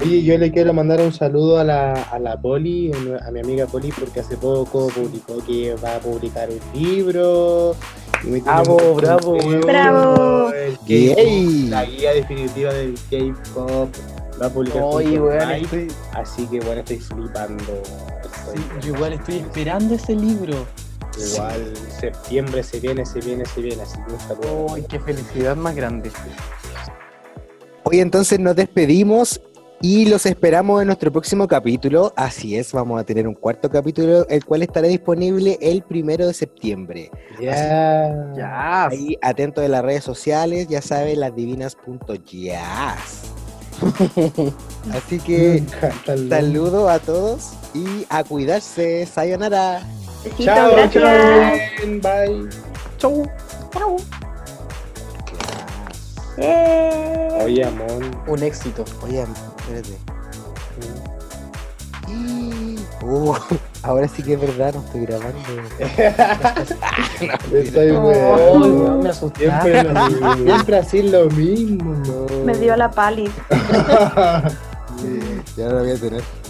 Oye, yo le quiero mandar un saludo a la, a la Poli, a mi amiga Poli, porque hace poco publicó que va a publicar un libro. Y me tiene Bravo, muy bravo. contento. Bravo. El K-pop, Yay. La guía definitiva del K-pop va a publicar Oye, junto con weón, Mike, estoy- Así que bueno, estoy flipando. Estoy- sí, yo igual estoy esperando ese libro. Igual, septiembre se viene, se viene, se viene. Así que un saludo. Uy, qué felicidad más grande. Hoy entonces nos despedimos Y los esperamos en nuestro próximo capítulo. Así es, vamos a tener un cuarto capítulo, el cual estará disponible el primero de septiembre. Ya. Ya. Ahí atento de las redes sociales, ya saben, lasdivinas.jazz. Así Me que encanta el- saludo a todos y a cuidarse. Sayonara. Besitos, Chao, gracias. chao. Bye. Chau. Chao. Eh. Oye, amor. Un éxito. Oye, espérate. mm, Y- Uh, ahora sí que es verdad, no estoy grabando. Estoy Oh, Ay, weón. weón, me asusté. Siempre lo mismo. Siempre así lo mismo. Me dio la pálida. Ya no lo voy a tener.